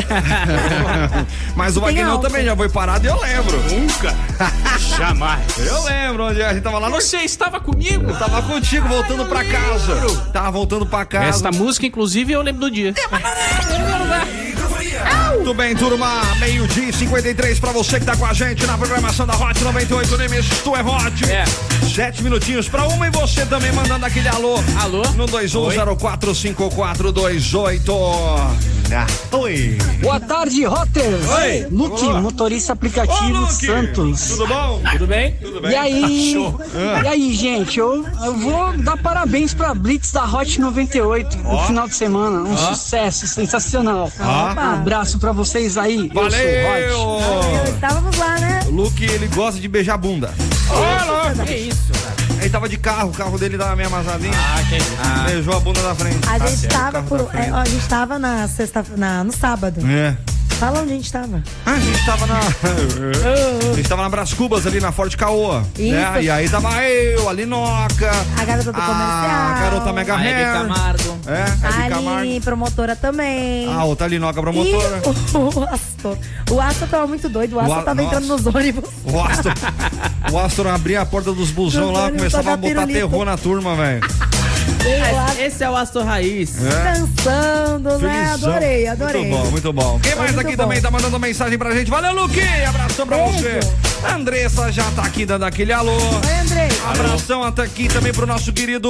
Speaker 1: Mas o
Speaker 3: Tem
Speaker 1: Magnão
Speaker 3: álcool.
Speaker 1: também já foi parado e eu lembro.
Speaker 7: Nunca. Jamais.
Speaker 1: Eu lembro, onde é, a gente tava lá no.
Speaker 7: Você estava comigo?
Speaker 1: Eu tava contigo voltando pra casa. Tava voltando pra casa.
Speaker 7: Esta música, inclusive, eu lembro do dia.
Speaker 1: Tudo bem, turma? Meio-dia e 53 pra você que tá com a gente na programação da Hot 98 Nimes. Tu é Hot.
Speaker 7: É.
Speaker 1: Sete minutinhos pra uma e você também mandando aquele alô.
Speaker 7: Alô?
Speaker 1: No 21045428. Ah, oi.
Speaker 9: Boa tarde, Rotters.
Speaker 1: Oi.
Speaker 9: Luke,
Speaker 1: Olá.
Speaker 9: motorista
Speaker 1: Ô,
Speaker 9: aplicativo
Speaker 1: Luke.
Speaker 9: Santos.
Speaker 1: Tudo bom?
Speaker 7: Tudo bem?
Speaker 1: Tudo
Speaker 9: E aí?
Speaker 7: Show.
Speaker 9: E aí, gente? Eu, eu vou dar parabéns pra Blitz da Hot 98 no final de semana. Um sucesso sensacional.
Speaker 1: Ah?
Speaker 9: Um
Speaker 3: Opa.
Speaker 9: abraço pra vocês aí. Eu
Speaker 1: Valeu!
Speaker 9: sou o Hot.
Speaker 3: Estávamos lá, né?
Speaker 1: O Luke, ele gosta de beijar bunda.
Speaker 5: Que isso, cara.
Speaker 1: Ele tava de carro, o carro dele tava meio amasadinho.
Speaker 7: Ah, quem?
Speaker 1: Beijou a bunda da frente.
Speaker 3: A gente tava
Speaker 1: carro
Speaker 3: por.
Speaker 1: da tá frente.
Speaker 3: é, ó, a gente tava na sexta na, no sábado.
Speaker 1: É.
Speaker 3: Fala onde a gente tava.
Speaker 1: Ah, A gente tava na. A gente tava na Brás Cubas ali na Forte Caoa. Né?
Speaker 3: Isso.
Speaker 1: E aí tava eu, a Linoca.
Speaker 3: A garota do comercial.
Speaker 1: A Ah, garota Mega
Speaker 5: A Hebe
Speaker 1: Hair.
Speaker 5: Camargo.
Speaker 1: É, a Hebe
Speaker 3: A
Speaker 1: Camargo. Ah,
Speaker 3: Aline, promotora também.
Speaker 1: A outra Linoca promotora.
Speaker 3: E [LAUGHS] o, o Astor. O Astor tava muito doido. O
Speaker 1: né? O
Speaker 3: Astor
Speaker 1: A-
Speaker 3: tava entrando
Speaker 1: nossa.
Speaker 7: [LAUGHS]
Speaker 3: nos ônibus.
Speaker 1: O Astor. O Astor abria a porta dos busão lá,
Speaker 3: Antônio
Speaker 1: começava a
Speaker 3: toca
Speaker 1: botar
Speaker 3: pirulito.
Speaker 1: terror na turma, velho.
Speaker 3: O Astor
Speaker 5: Esse é o Astor Raiz.
Speaker 1: É.
Speaker 3: dançando, né?
Speaker 1: Felizão.
Speaker 3: Adorei, adorei.
Speaker 1: Muito bom, muito bom. Quem mais
Speaker 3: muito
Speaker 1: aqui
Speaker 3: bom.
Speaker 1: também tá mandando mensagem pra gente? Valeu, Luque! Abração pra
Speaker 3: Beijo.
Speaker 1: você. A Andressa já tá aqui dando aquele alô.
Speaker 3: Oi, Andrei.
Speaker 1: Abração até aqui também pro nosso querido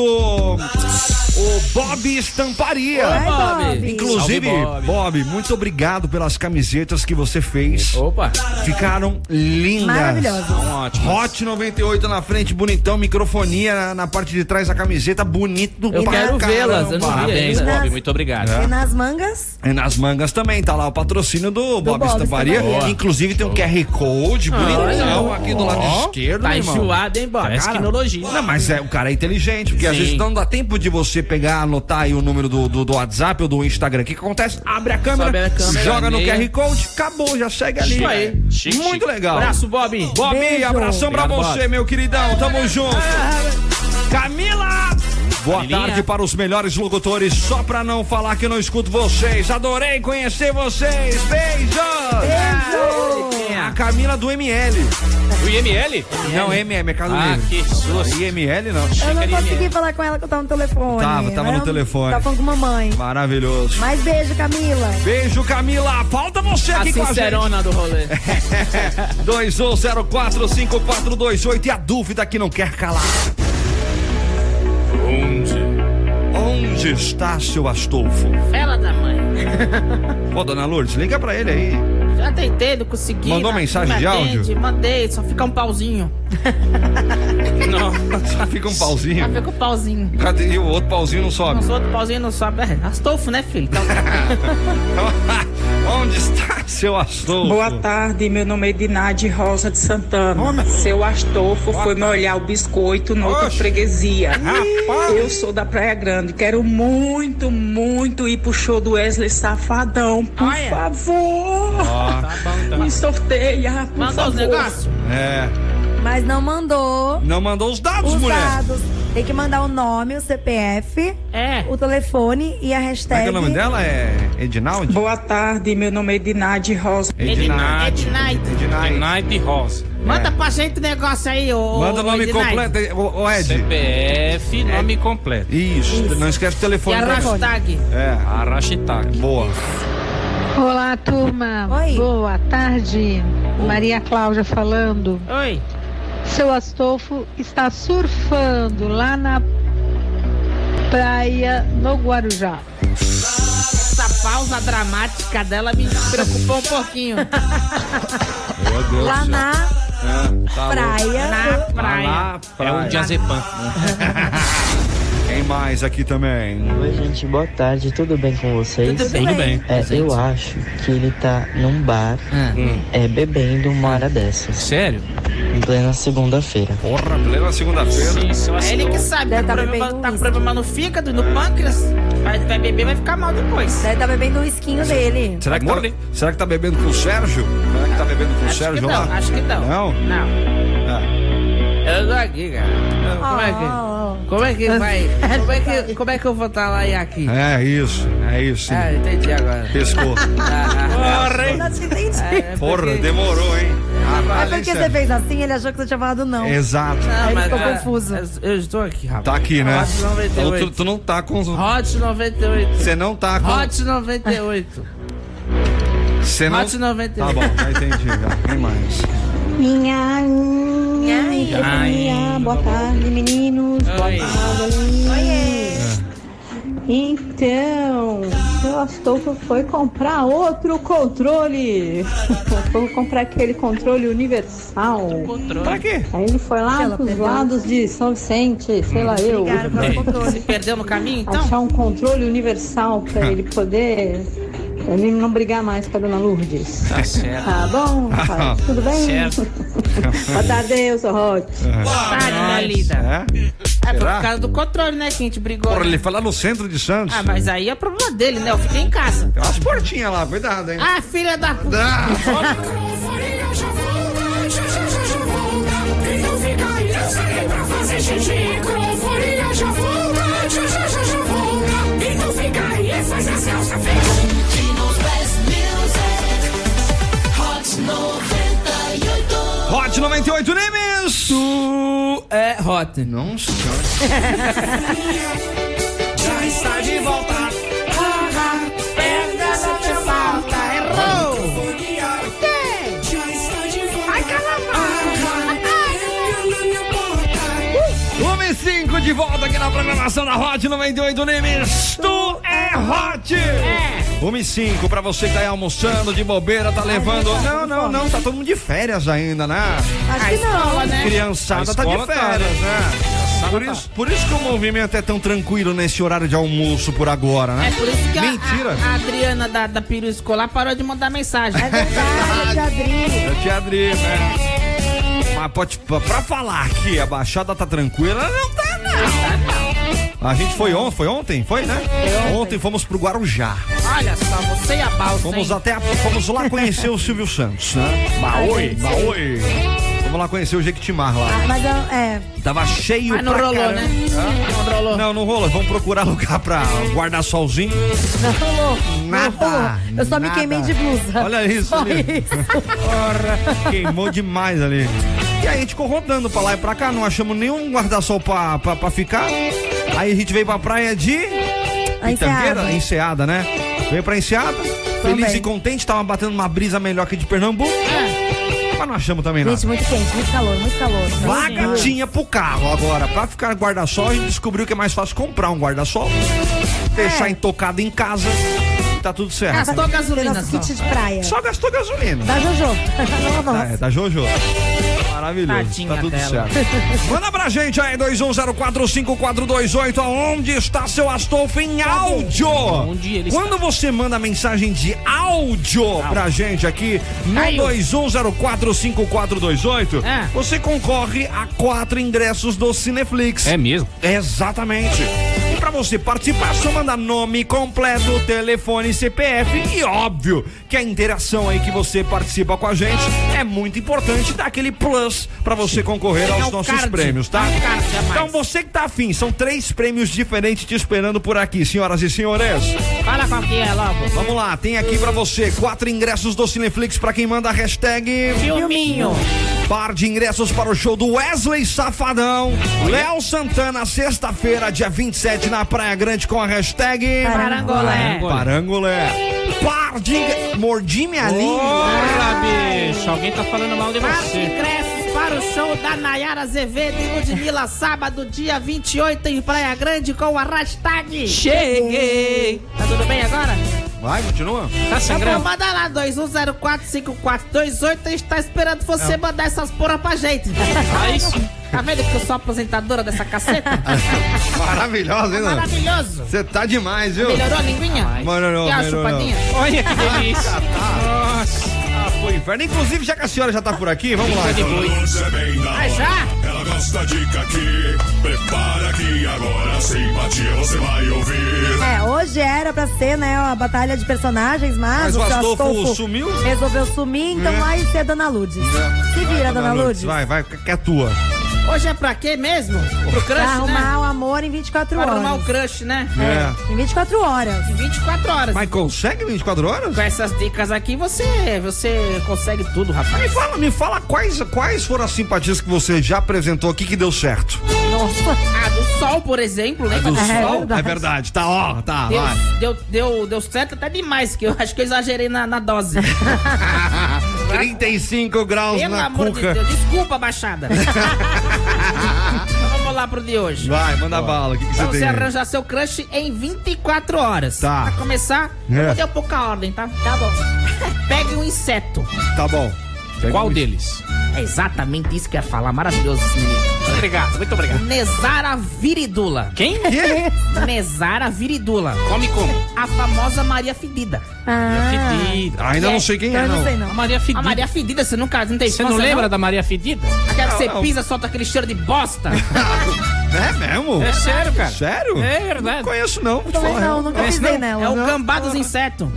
Speaker 1: o Bob Estamparia.
Speaker 3: Ai,
Speaker 5: Bob.
Speaker 3: Bob.
Speaker 1: Inclusive,
Speaker 7: Salve,
Speaker 1: Bob. muito obrigado pelas camisetas que você fez.
Speaker 5: Opa.
Speaker 1: Ficaram lindas.
Speaker 3: Maravilhoso.
Speaker 7: Então, ótimo.
Speaker 1: Hot 98 na frente, bonitão, microfonia na, na parte de trás da camiseta, bonito
Speaker 5: Eu
Speaker 1: pra
Speaker 5: quero
Speaker 1: caramba.
Speaker 5: vê-las, eu não vi
Speaker 7: Parabéns,
Speaker 5: ainda. Tá
Speaker 7: Bob. Muito obrigado.
Speaker 1: É.
Speaker 3: E nas mangas?
Speaker 1: E nas mangas também, tá lá o patrocínio do, Bob,
Speaker 3: Bob
Speaker 1: Estamparia.
Speaker 3: Estamparia.
Speaker 1: Inclusive tem um QR Code
Speaker 5: Ah.
Speaker 1: bonitão aqui do lado esquerdo,
Speaker 5: Tá
Speaker 1: meu irmão.
Speaker 5: enjoado, hein, Bob?
Speaker 7: Parece quinologia.
Speaker 1: Não, mas é, o cara é inteligente, porque às
Speaker 5: Sim.
Speaker 1: vezes não dá tempo de você pegar, anotar aí o número do, do, do WhatsApp ou do Instagram. O que que acontece? Abre a câmera,
Speaker 5: Sobe a câmera,
Speaker 1: joga no
Speaker 5: meia.
Speaker 1: QR Code, acabou, já segue ali.
Speaker 5: Isso aí.
Speaker 7: Chique,
Speaker 1: Muito
Speaker 7: chique.
Speaker 1: legal.
Speaker 5: Abraço, Bob.
Speaker 1: Bob,
Speaker 3: Beijo.
Speaker 1: abração pra
Speaker 7: Obrigado,
Speaker 1: você, meu queridão. Tamo junto. Camila! Boa
Speaker 7: Camilinha.
Speaker 1: tarde para os melhores locutores, só pra não falar que eu não escuto vocês. Adorei conhecer vocês. Beijos! É A Camila do ML.
Speaker 7: O IML?
Speaker 1: Não, MM, é Casa do
Speaker 7: Ah, que
Speaker 1: Livre.
Speaker 7: susto.
Speaker 1: IML não.
Speaker 3: Eu não
Speaker 7: Chicaria.
Speaker 3: consegui falar com ela que eu tava no telefone.
Speaker 1: Tava, tava no
Speaker 3: Eu
Speaker 1: telefone.
Speaker 3: Tava falando com mamãe.
Speaker 1: Maravilhoso.
Speaker 3: Mas beijo, Camila.
Speaker 1: Beijo, Camila. Falta você
Speaker 5: Tá A
Speaker 1: aqui com a gente.
Speaker 5: sincerona do rolê.
Speaker 1: 21045428 e a dúvida que não quer calar. Onde? Onde está seu Astolfo?
Speaker 5: Fela da mãe.
Speaker 1: Ô, dona Lourdes, liga pra ele aí. [LAUGHS]
Speaker 5: Já tentei, não consegui.
Speaker 1: Mandou
Speaker 5: não-
Speaker 1: mensagem
Speaker 5: não
Speaker 1: de
Speaker 5: atende,
Speaker 1: áudio?
Speaker 5: Mandei, só fica um pauzinho.
Speaker 1: Só fica um
Speaker 5: Só
Speaker 1: pauzinho.
Speaker 5: fica um pauzinho.
Speaker 1: Cadê? E o outro pauzinho não
Speaker 5: Não
Speaker 1: sobe. [LAUGHS]
Speaker 5: sou outro pauzinho, não sobe. É, Astolfo, né, filho? Então,
Speaker 1: Onde está seu Astolfo?
Speaker 10: Boa tarde, meu nome é Dinade Rosa de Santana. Seu Astolfo foi me olhar o biscoito no outra
Speaker 1: Oxe.
Speaker 10: freguesia.
Speaker 1: Rapaz.
Speaker 10: Eu sou da Praia Grande, quero muito, muito ir pro show do Wesley Safadão, por
Speaker 1: é?
Speaker 5: Olha.
Speaker 10: favor.
Speaker 1: Ah,
Speaker 10: Me sorteia, por
Speaker 5: Mandou
Speaker 10: favor.
Speaker 5: os negócios?
Speaker 1: é.
Speaker 3: Mas não mandou
Speaker 1: Não mandou os dados,
Speaker 3: os
Speaker 1: mulher.
Speaker 3: dados. Tem que mandar o nome, o CPF,
Speaker 5: É.
Speaker 3: o telefone e a
Speaker 1: Como é
Speaker 3: hashtag.
Speaker 1: que o nome dela é Edinaldi?
Speaker 10: Boa tarde, meu nome é Dinade Rosa.
Speaker 5: Edna- Ednight.
Speaker 1: Edinaldi.
Speaker 7: Night Rosa.
Speaker 5: Manda pra gente o negócio aí, ô.
Speaker 1: É. Manda o nome
Speaker 5: Ednight.
Speaker 1: completo, ô, ô, Ed. É.
Speaker 7: CPF, nome completo.
Speaker 1: Isso, não esquece o
Speaker 5: E
Speaker 1: telefone.
Speaker 5: a
Speaker 1: pra-
Speaker 5: hashtag.
Speaker 1: É,
Speaker 7: Arashitaki.
Speaker 1: boa.
Speaker 11: Olá, turma.
Speaker 3: Oi.
Speaker 11: Boa tarde. Maria Cláudia falando.
Speaker 5: Oi.
Speaker 11: Seu Astolfo está surfando lá na praia no Guarujá.
Speaker 2: Essa pausa dramática dela me preocupou um pouquinho.
Speaker 7: Meu Deus
Speaker 3: Lá
Speaker 7: do céu.
Speaker 3: na
Speaker 7: É, tá louco.
Speaker 3: praia.
Speaker 2: Na praia.
Speaker 7: Lá,
Speaker 1: É o
Speaker 7: Diazepam.
Speaker 1: Quem mais aqui também?
Speaker 12: Oi, gente, boa tarde, tudo bem com vocês?
Speaker 5: Tudo bem. Tudo bem.
Speaker 12: É, eu acho que ele tá num bar é, bebendo uma hora
Speaker 13: É
Speaker 12: dessas.
Speaker 7: Sério?
Speaker 12: Em plena segunda-feira.
Speaker 1: Porra, plena segunda-feira.
Speaker 2: É ele que sabe, tá
Speaker 3: Deve
Speaker 2: com
Speaker 3: tá bebendo
Speaker 2: problema, tá com
Speaker 3: uísque.
Speaker 2: problema no fígado, no pâncreas. Vai, vai beber, vai ficar mal depois.
Speaker 3: Deve tá bebendo o esquinho dele.
Speaker 1: Será que, tá,
Speaker 7: Morning.
Speaker 1: será que tá bebendo com o Sérgio? Será que tá bebendo com o
Speaker 2: acho
Speaker 1: Sérgio
Speaker 2: que não,
Speaker 1: lá?
Speaker 2: acho que não.
Speaker 1: Não?
Speaker 2: Não.
Speaker 1: É.
Speaker 5: Eu tô aqui, cara. Como é que.
Speaker 3: Oh, oh,
Speaker 5: Como é que vai? Como é que, como é que eu vou estar lá e aqui?
Speaker 1: É isso, é isso.
Speaker 5: Ah, entendi
Speaker 1: [LAUGHS]
Speaker 5: agora.
Speaker 1: Pescou. Porra,
Speaker 3: oh.
Speaker 1: hein?
Speaker 3: Não te entendi. É
Speaker 1: Porra, demorou, hein? Rapaz,
Speaker 3: porque
Speaker 1: hein,
Speaker 3: você então?
Speaker 1: Sérgio?
Speaker 3: fez assim, ele achou que você tinha falado não.
Speaker 1: Exato.
Speaker 5: Não,
Speaker 3: Ele
Speaker 5: mas
Speaker 3: ficou
Speaker 5: tá-
Speaker 3: confuso.
Speaker 5: Eu estou aqui, rapaz.
Speaker 1: Tá aqui, né?
Speaker 5: Hot
Speaker 1: Então tu,
Speaker 5: 98.
Speaker 1: tu não tá com.
Speaker 5: Hot 98.
Speaker 1: Você não tá com.
Speaker 5: Hot 98.
Speaker 1: Você não.
Speaker 5: Hot 98.
Speaker 1: Tá bom, já entendi. Já. Quem mais?
Speaker 13: Minha,
Speaker 3: Ai,
Speaker 13: minha, boa tarde, meninos. Boa
Speaker 5: Oi.
Speaker 13: tarde, Aline. Então, o Astolfo foi comprar outro controle. [LAUGHS] Foi comprar aquele controle universal.
Speaker 1: Pra quê?
Speaker 13: Aí ele foi lá
Speaker 3: Ela
Speaker 13: pros
Speaker 3: perdeu.
Speaker 13: lados de São Vicente, sei lá eu.
Speaker 3: Obrigada pelo
Speaker 5: Se
Speaker 3: controle.
Speaker 5: perdeu no caminho, então? Hum.
Speaker 13: Achar um controle universal pra ele poder. Ele não brigar mais com a dona Lourdes.
Speaker 5: Tá certo.
Speaker 13: Tá
Speaker 5: [LAUGHS]
Speaker 13: bom, rapaz? Tudo bem?
Speaker 5: Certo.
Speaker 13: [LAUGHS] Boa tarde, eu sou Rod.
Speaker 2: Tá, linda.
Speaker 1: É?
Speaker 2: É por
Speaker 1: Será?
Speaker 2: causa do controle, né, que a gente brigou.
Speaker 1: Porra, ele foi lá no centro de Santos.
Speaker 2: Ah, mas aí é problema dele, né? Eu fiquei em casa.
Speaker 1: Tem umas portinhas lá, cuidado, hein?
Speaker 2: Ah, filha da puta.
Speaker 1: Ah,
Speaker 6: Euforia já volta, já já já já volta. E não fica aí, eu saí pra fazer xixi. Com euforia já volta, já já já já volta. E não fica aí, faz a Celsa fez.
Speaker 1: Hot 98 Nimes!
Speaker 5: Tu é hot.
Speaker 1: Não sei.
Speaker 2: Já está de volta.
Speaker 6: Já está de volta. Vai calar
Speaker 1: Número 5 de volta aqui na programação da Hot 98 Nimes. Tu é Hot! É! 1 e 5 pra você que tá aí almoçando de bobeira, tá levando. Não, não, não, tá todo mundo de férias ainda, né?
Speaker 3: Acho que não.
Speaker 2: É. né?
Speaker 1: Criançada
Speaker 7: A
Speaker 1: tá de
Speaker 7: escola tá,
Speaker 1: férias, né? Por isso, por isso que o movimento é tão tranquilo nesse horário de almoço por agora,
Speaker 2: É
Speaker 1: né?
Speaker 2: por isso que a-
Speaker 1: Mentira.
Speaker 2: A, a Adriana da, da Peru Escolar parou de mandar mensagem.
Speaker 3: É verdade, Adri.
Speaker 1: Eu te abri, né? Mas pode, pra- pra falar que a Baixada tá tranquila, não tá, não. A gente foi ontem, foi ontem? Foi, né? Ontem fomos pro Guarujá.
Speaker 2: Olha só, você e a Balsa,
Speaker 1: Fomos
Speaker 2: hein?
Speaker 1: até a- fomos lá conhecer o Silvio Santos, né? Baoi, baoi. Vamos lá conhecer o Jequitimar lá.
Speaker 3: Mas é.
Speaker 1: Tava cheio
Speaker 2: Mas não
Speaker 1: pra
Speaker 2: rolou,
Speaker 1: caramba.
Speaker 2: né? Não rolou.
Speaker 1: Não, não rolou. Vamos procurar lugar pra guardar solzinho.
Speaker 3: Não rolou.
Speaker 1: Nada,
Speaker 3: Não rolou. Eu só me
Speaker 1: nada.
Speaker 3: queimei de blusa.
Speaker 1: Olha isso
Speaker 3: Só
Speaker 1: ali.
Speaker 3: isso.
Speaker 1: Porra, queimou demais ali. E aí a gente ficou rodando pra lá e pra cá, não achamos nenhum guarda-sol pra, pra, pra ficar. Aí a gente veio pra praia de.
Speaker 3: A
Speaker 1: Itangueira?
Speaker 3: Enseada.
Speaker 1: Enseada, né? Veio pra Enseada, feliz
Speaker 3: Também.
Speaker 1: e contente, tava batendo uma brisa melhor que de Pernambuco. Mas não achamos também nada.
Speaker 3: É. Gente, muito quente, muito calor, muito calor.
Speaker 1: Vaga
Speaker 3: Muito
Speaker 1: tinha pro carro agora. Pra ficar guarda-sol, a gente descobriu que é mais fácil comprar um guarda-sol,
Speaker 3: É.
Speaker 1: deixar entocado em casa e tá tudo certo.
Speaker 2: Gastou
Speaker 3: Tem
Speaker 2: gasolina
Speaker 3: nosso
Speaker 2: só.
Speaker 3: kit de praia.
Speaker 1: Só gastou gasolina.
Speaker 3: Da
Speaker 1: [LAUGHS]
Speaker 3: Jojo. Não, não.
Speaker 1: Ah, é da Jojo. Maravilhoso.
Speaker 2: Tadinha
Speaker 1: tá tudo
Speaker 2: dela.
Speaker 1: certo. Manda pra gente aí, 21045428. Aonde está seu Astolfo em áudio?
Speaker 5: Onde ele
Speaker 1: Quando você manda mensagem de áudio pra gente aqui no
Speaker 2: Aí, ó.
Speaker 1: 21045428,
Speaker 2: É.
Speaker 1: você concorre a quatro ingressos do Cineflix.
Speaker 7: É mesmo?
Speaker 1: Exatamente. E pra você participar, só mandar nome completo, telefone, CPF e óbvio que a interação aí que você participa com a gente é muito importante, dá aquele plus pra você concorrer aos
Speaker 2: o
Speaker 1: nossos
Speaker 2: É um card.
Speaker 1: prêmios, tá?
Speaker 2: É o card a mais.
Speaker 1: Então você que tá afim, são três prêmios diferentes te esperando por aqui, senhoras e senhores.
Speaker 2: Fala qual que é logo.
Speaker 1: Vamos lá, tem aqui pra você quatro ingressos do Cineflix pra quem manda a hashtag
Speaker 2: Filminho.
Speaker 1: Par de ingressos para o show do Wesley Safadão. Léo Santana, sexta-feira, dia 27, na Praia Grande, com a hashtag.
Speaker 2: Parangolé.
Speaker 1: Parangolé. Par de. ingre- Mordi minha língua.
Speaker 7: Porra, bicho. Alguém tá falando mal de
Speaker 2: Quatro
Speaker 7: você.
Speaker 2: ingressos para para o show da Nayara Azevedo
Speaker 1: [LAUGHS]
Speaker 2: e Ludmilla sábado, dia 28 em Praia Grande com a hashtag
Speaker 1: Cheguei.
Speaker 2: Tá tudo bem agora?
Speaker 1: Vai, continua.
Speaker 2: Então manda lá, 21045428, a gente tá esperando você
Speaker 1: Não.
Speaker 2: mandar essas porra pra gente.
Speaker 1: [LAUGHS] Aí sim.
Speaker 2: Tá vendo que eu sou aposentadora
Speaker 1: [LAUGHS]
Speaker 2: dessa caceta?
Speaker 1: Maravilhosa, hein, Nana?
Speaker 2: Maravilhoso.
Speaker 1: Você tá demais, viu?
Speaker 2: Melhorou a linguinha?
Speaker 1: Melhorou,
Speaker 2: E a
Speaker 1: melhorou.
Speaker 2: chupadinha?
Speaker 1: Olha que delícia. Nossa. Ah, foi inferno. Inclusive, já que a senhora já tá por aqui, vamos lá. então.
Speaker 6: Ah, já? Ela gosta de caqui. Prepara que agora sem batia você vai ouvir.
Speaker 3: É, hoje era pra ser, né, a batalha de personagens, mas,
Speaker 6: Mas o
Speaker 3: seu
Speaker 6: Astolfo sumiu?
Speaker 3: Resolveu sumir, então
Speaker 1: É.
Speaker 3: vai ser a Dona Lourdes. Se vira, Dona, Lourdes.
Speaker 1: Tá Vai, vai, que é tua.
Speaker 2: Hoje é pra quê mesmo? Pro crush,
Speaker 3: Pra arrumar
Speaker 2: né?
Speaker 3: o amor em 24
Speaker 2: Pra
Speaker 3: horas.
Speaker 2: arrumar o crush, né?
Speaker 1: É.
Speaker 3: Em 24 horas.
Speaker 2: Em 24 horas.
Speaker 1: Mas consegue 24 horas?
Speaker 2: Com essas dicas aqui, você, você consegue tudo, rapaz.
Speaker 1: Me fala, me fala quais, quais foram as simpatias que você já apresentou aqui que deu certo.
Speaker 2: Nossa. Ah, do sol, por exemplo, né? Do sol. Ah,
Speaker 1: É verdade. Tá, ó, tá,
Speaker 2: Deu,
Speaker 1: vai.
Speaker 2: deu, deu, deu certo até demais, que eu acho que eu exagerei na, [LAUGHS] na dose.
Speaker 1: 35 graus
Speaker 2: Pelo
Speaker 1: na
Speaker 2: amor de
Speaker 1: cuca.
Speaker 2: Deus, desculpa, [LAUGHS] baixada. Então Vamos lá pro de hoje.
Speaker 1: Vai, manda bala. O que, que você
Speaker 2: Pra
Speaker 1: tem?
Speaker 2: você
Speaker 1: aí?
Speaker 2: arranjar seu crush em 24 horas. Tá. Pra começar, eu
Speaker 1: É.
Speaker 2: vou dar pouca ordem, tá? Tá bom. [LAUGHS] Pegue um inseto.
Speaker 1: Tá bom.
Speaker 5: Qual deles?
Speaker 2: É exatamente isso que eu ia falar. Maravilhoso esse menino.
Speaker 5: Obrigado, muito obrigado.
Speaker 2: Nezara Viridula.
Speaker 5: Quem?
Speaker 2: Nezara Viridula.
Speaker 5: Come como?
Speaker 2: A famosa Maria Fedida.
Speaker 3: Ah.
Speaker 2: Ah,
Speaker 1: Fedida. Ainda não sei quem é, não.
Speaker 2: A Maria Fedida. A Maria Fedida, você nunca não tem
Speaker 5: Você não lembra da Maria Fedida?
Speaker 2: Aquela que
Speaker 5: Não,
Speaker 2: você
Speaker 5: não.
Speaker 2: pisa, solta aquele cheiro de bosta.
Speaker 1: É mesmo?
Speaker 2: É sério, cara.
Speaker 1: Sério?
Speaker 2: É verdade.
Speaker 1: Não conheço, não. vou te
Speaker 2: Também
Speaker 1: falar.
Speaker 2: não, nunca
Speaker 1: Conheço,
Speaker 2: pisei
Speaker 1: não.
Speaker 2: nela. É o
Speaker 1: Não.
Speaker 2: gambá dos insetos.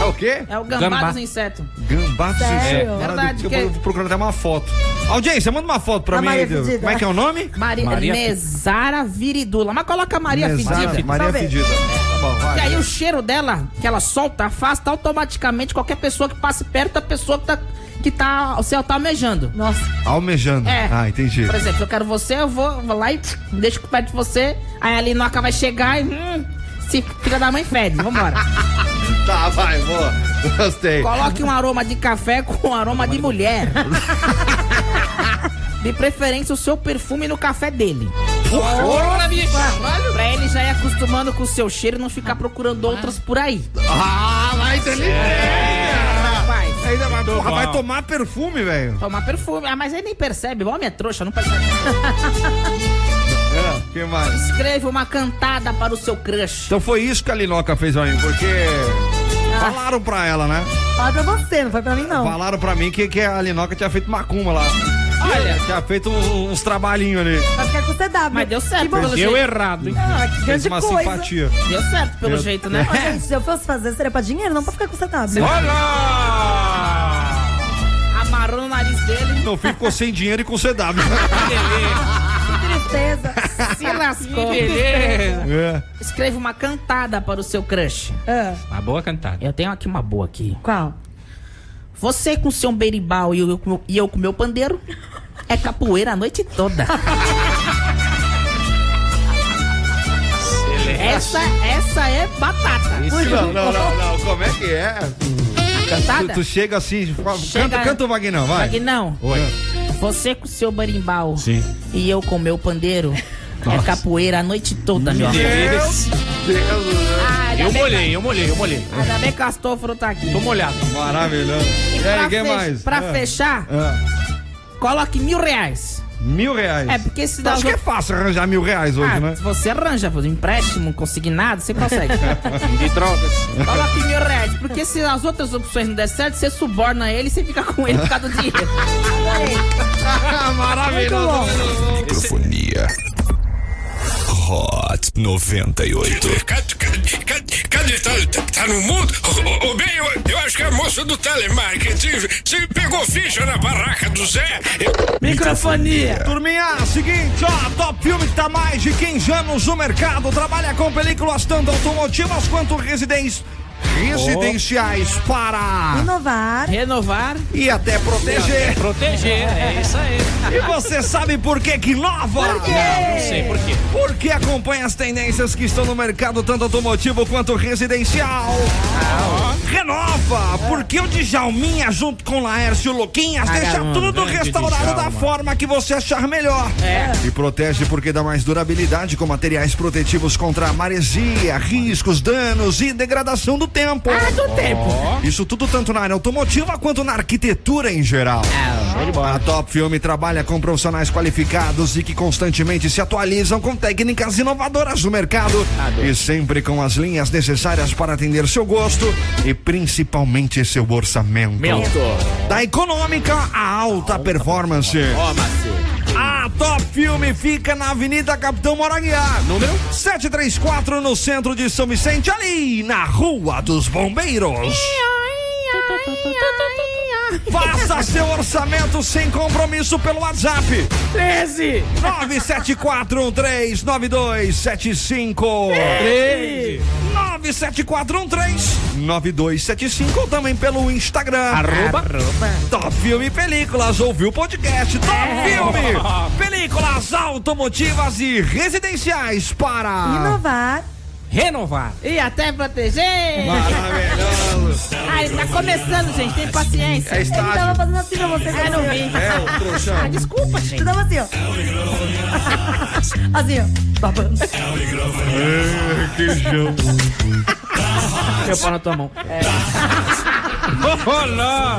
Speaker 1: É o quê?
Speaker 2: É o gambá,
Speaker 1: Gambá.
Speaker 2: dos insetos.
Speaker 1: Gambá dos
Speaker 2: Sério? É
Speaker 1: insetos.
Speaker 2: Verdade,
Speaker 1: Cara, eu-
Speaker 2: que-
Speaker 1: Eu vou procurar até uma foto. Audiência, manda uma foto pra
Speaker 2: Da
Speaker 1: mim.
Speaker 2: Maria
Speaker 1: aí, Deus.
Speaker 2: Fedida.
Speaker 1: Como é que é o nome?
Speaker 2: Maria, Nezara Viridula. Mas coloca a Maria
Speaker 1: Mesara-
Speaker 2: Fedida.
Speaker 1: Maria
Speaker 2: Talvez.
Speaker 1: Fedida. Tá bom, vai.
Speaker 2: E aí o cheiro dela, que ela solta, afasta automaticamente qualquer pessoa que passe perto da pessoa que tá, que tá, o céu tá almejando.
Speaker 3: Nossa.
Speaker 1: Almejando.
Speaker 2: É.
Speaker 1: Ah, entendi.
Speaker 2: Por exemplo, eu quero você, eu vou, vou lá e pss, deixo perto de você. Aí a Linoca vai chegar e. Hum, se filha da mãe fede, vambora.
Speaker 1: [LAUGHS] Tá, vai, boa. Gostei.
Speaker 2: Coloque um aroma de café com um aroma de
Speaker 1: [LAUGHS]
Speaker 2: mulher. De preferência, o seu perfume no café dele.
Speaker 6: Porra, bicho!
Speaker 2: Pra ele já ir acostumando com o seu cheiro e não ficar procurando outras por aí.
Speaker 1: Ah, vai, inteligente!
Speaker 2: Rapaz.
Speaker 1: Ainda mais, porra,
Speaker 2: bom.
Speaker 1: vai tomar perfume, velho.
Speaker 2: Tomar perfume. Ah, mas ele nem percebe. Igual a minha trouxa, não percebe. [LAUGHS]
Speaker 1: É, que mais?
Speaker 2: Escreva uma cantada para o seu crush.
Speaker 1: Então foi isso que a Linoca fez pra mim, porque. Falaram pra ela, né?
Speaker 3: Fala pra você, não foi pra mim, Ah. não.
Speaker 1: Falaram pra mim que, que a Linoca tinha feito macumba lá. Olha. Tinha feito um- uns trabalhinhos ali.
Speaker 3: Vai ficar é com o CW.
Speaker 2: Mas deu certo,
Speaker 3: Que bom.
Speaker 2: pelo jeito.
Speaker 1: errado, hein?
Speaker 3: Ah, que
Speaker 1: Fez
Speaker 3: grande
Speaker 1: uma
Speaker 3: coisa.
Speaker 1: simpatia.
Speaker 2: Deu certo, pelo
Speaker 1: Deu-
Speaker 2: jeito, né?
Speaker 3: Ó, Gente, se eu fosse fazer, seria pra dinheiro, não pra ficar com o CW.
Speaker 2: Amarrou no nariz dele.
Speaker 1: Meu filho ficou sem dinheiro e com CW.
Speaker 3: [LAUGHS] Tristeza.
Speaker 2: Se
Speaker 3: [LAUGHS]
Speaker 2: lascou.
Speaker 1: É.
Speaker 2: Escreva uma cantada para o seu crush.
Speaker 3: É.
Speaker 5: Uma boa cantada.
Speaker 2: Eu tenho aqui uma boa aqui.
Speaker 3: Qual?
Speaker 2: Você com seu beribau e eu, com meu- e eu com meu pandeiro é capoeira a noite toda. essa, essa é batata.
Speaker 1: Não, não, não, não. Como é que é?
Speaker 2: Cantada?
Speaker 1: Tu, tu chega assim, fala-
Speaker 2: Chega-
Speaker 1: canta, canta o Vagnão, vai.
Speaker 2: Vagnão.
Speaker 1: Oi.
Speaker 2: Você com seu berimbau e eu com meu pandeiro é capoeira a noite toda, meu amigo.
Speaker 7: Deus.
Speaker 2: Ah, ainda
Speaker 7: Eu
Speaker 2: bem-
Speaker 7: molhei, eu molhei, eu molhei.
Speaker 2: Ainda bem que o Astolfo tá aqui.
Speaker 7: Tô molhado.
Speaker 1: Maravilhoso. E aí,
Speaker 2: pra
Speaker 1: quem
Speaker 2: fe-
Speaker 1: mais?
Speaker 2: pra
Speaker 1: Ah.
Speaker 2: fechar,
Speaker 1: Ah.
Speaker 2: coloque mil reais.
Speaker 1: Mil reais.
Speaker 2: É, porque se
Speaker 1: Eu
Speaker 2: dá
Speaker 1: Acho
Speaker 2: os-
Speaker 1: que é fácil arranjar mil reais hoje,
Speaker 2: Ah,
Speaker 1: né?
Speaker 2: se você arranja um empréstimo consignado,
Speaker 1: [LAUGHS]
Speaker 2: você consegue.
Speaker 7: De drogas.
Speaker 2: Coloque mil reais, porque se as outras opções não der certo, você suborna ele e você fica com ele por causa do
Speaker 1: [LAUGHS]
Speaker 2: dinheiro.
Speaker 6: Microfonia. Hot 98.
Speaker 14: Cadê, cadê, cadê tá, tá- tá no mundo? Ô, ô, ô, bem, eu, eu acho que a moça do telemarketing se pegou ficha na barraca do Zé.
Speaker 1: Microfonia. Turminha, é seguinte, ó, Top Filme que tá há mais de 15 anos no mercado, trabalha com películas tanto automotivas quanto residens... residenciais para...
Speaker 3: Inovar.
Speaker 2: Renovar.
Speaker 1: E até proteger.
Speaker 7: Proteger, é isso aí.
Speaker 1: E você sabe por que que inova?
Speaker 7: Não, não sei por quê.
Speaker 1: Porque que acompanha as tendências que estão no mercado, tanto automotivo quanto residencial. Renova, porque o Djalminha, junto com Laércio Luquinhas,
Speaker 6: Ah,
Speaker 1: deixa
Speaker 6: garoto,
Speaker 1: tudo
Speaker 6: grande
Speaker 1: restaurado da
Speaker 6: Djalma.
Speaker 1: forma que você achar melhor.
Speaker 6: É.
Speaker 1: E protege porque dá mais durabilidade com materiais protetivos contra a maresia, riscos, danos e degradação do tempo. Ah, do tempo. Isso tudo tanto na área automotiva quanto na arquitetura em geral. A Top Filme trabalha com profissionais qualificados e que constantemente se atualizam com técnicas inovadoras do mercado e sempre com as linhas necessárias para atender seu gosto e principalmente seu orçamento.
Speaker 6: Mento.
Speaker 1: Da econômica à alta performance. A Top Filme fica na Avenida Capitão Moraguiar. Número 734, no centro de São Vicente, ali na Rua dos Bombeiros. Faça seu orçamento sem compromisso pelo WhatsApp. 13 974139275.
Speaker 6: 13.
Speaker 1: 974139275 ou também pelo Instagram. Arroba. Top Filme Películas. Ouviu o podcast? Top Filme. Películas automotivas e residenciais
Speaker 2: Ah.
Speaker 1: para...
Speaker 3: Inovar.
Speaker 1: Renovar.
Speaker 2: E até proteger!
Speaker 1: Maravilhoso.
Speaker 2: Ah, ele tá começando, gente, tem paciência.
Speaker 1: É estágio. Ele tava
Speaker 3: fazendo assim pra você,
Speaker 2: Ah, não vi.
Speaker 1: É, ô trouxão.
Speaker 2: Ah, desculpa, gente.
Speaker 3: Tu dava assim, ó. assim, ó. Babando.
Speaker 1: É, que jogo.
Speaker 5: Eu pau na tua mão.
Speaker 1: Olá!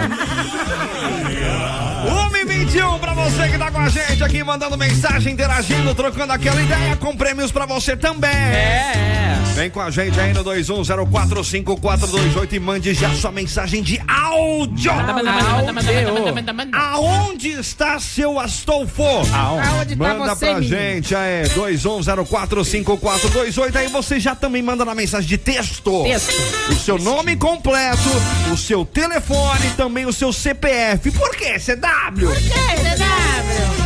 Speaker 1: 1h21 pra você que tá com a gente aqui, mandando mensagem, interagindo, trocando aquela ideia, com prêmios pra você também. É, é. Vem com a gente aí no 21045428 e mande já sua mensagem de áudio.
Speaker 6: Manda, manda, manda, manda, manda, manda, manda, manda, manda.
Speaker 1: Aonde está seu Astolfo?
Speaker 6: Aonde tá
Speaker 1: manda
Speaker 6: você,
Speaker 1: pra
Speaker 6: menino?
Speaker 1: gente aí, 21045428. Aí você já também manda na mensagem de texto. O seu nome completo, o seu telefone e também o seu CPF. Por que CW? Por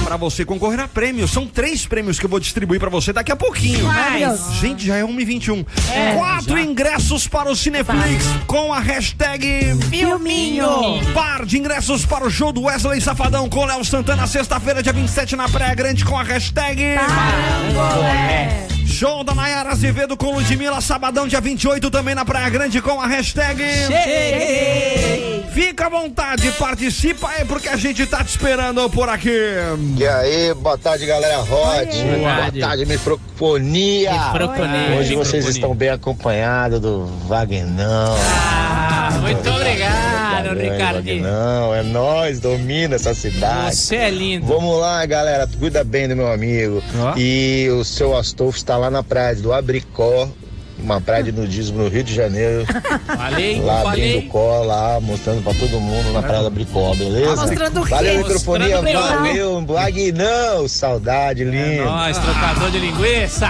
Speaker 1: Pra você concorrer a prêmios. São três prêmios que eu vou distribuir pra você daqui a pouquinho.
Speaker 6: Quais?
Speaker 1: Gente, já é 1h21.
Speaker 6: É,
Speaker 1: Quatro
Speaker 6: já.
Speaker 1: ingressos para o Cineflix com a hashtag
Speaker 6: Filminho.
Speaker 1: Par de ingressos para o show do Wesley Safadão com Léo Santana, sexta-feira, dia 27, na Praia Grande, com a hashtag
Speaker 2: Tá
Speaker 1: Parangolé.
Speaker 2: é.
Speaker 1: Show da Nayara Azevedo com Ludmilla, sabadão, dia 28, também na Praia Grande, com a hashtag
Speaker 6: Cheguei.
Speaker 1: Fica à vontade, participa aí, porque a gente tá te esperando por aqui.
Speaker 15: E aí, boa tarde, galera Hot.
Speaker 1: Boa
Speaker 15: Boa
Speaker 1: tarde.
Speaker 15: tarde, microfonia.
Speaker 1: Microfonia.
Speaker 15: Hoje vocês estão Um bem acompanhados do Vagnão.
Speaker 8: Muito obrigado, Ricardinho.
Speaker 15: Não, é nós, domina essa cidade.
Speaker 8: Você é lindo.
Speaker 15: Vamos lá, galera. Cuida bem do meu amigo. E o seu Astolfo está lá na praia do Abricó. Uma praia de nudismo no Rio de Janeiro.
Speaker 8: Falei,
Speaker 15: lá
Speaker 8: falei.
Speaker 15: abrindo cola, lá, mostrando pra todo mundo na praia do Abricó, beleza?
Speaker 8: Tá mostrando o quê?
Speaker 15: Valeu, microfonia.
Speaker 8: Mostrando o Abricó.
Speaker 15: Valeu, Blagnão.
Speaker 5: É
Speaker 15: Saudade, lindo.
Speaker 8: Nós, trocador de linguiça.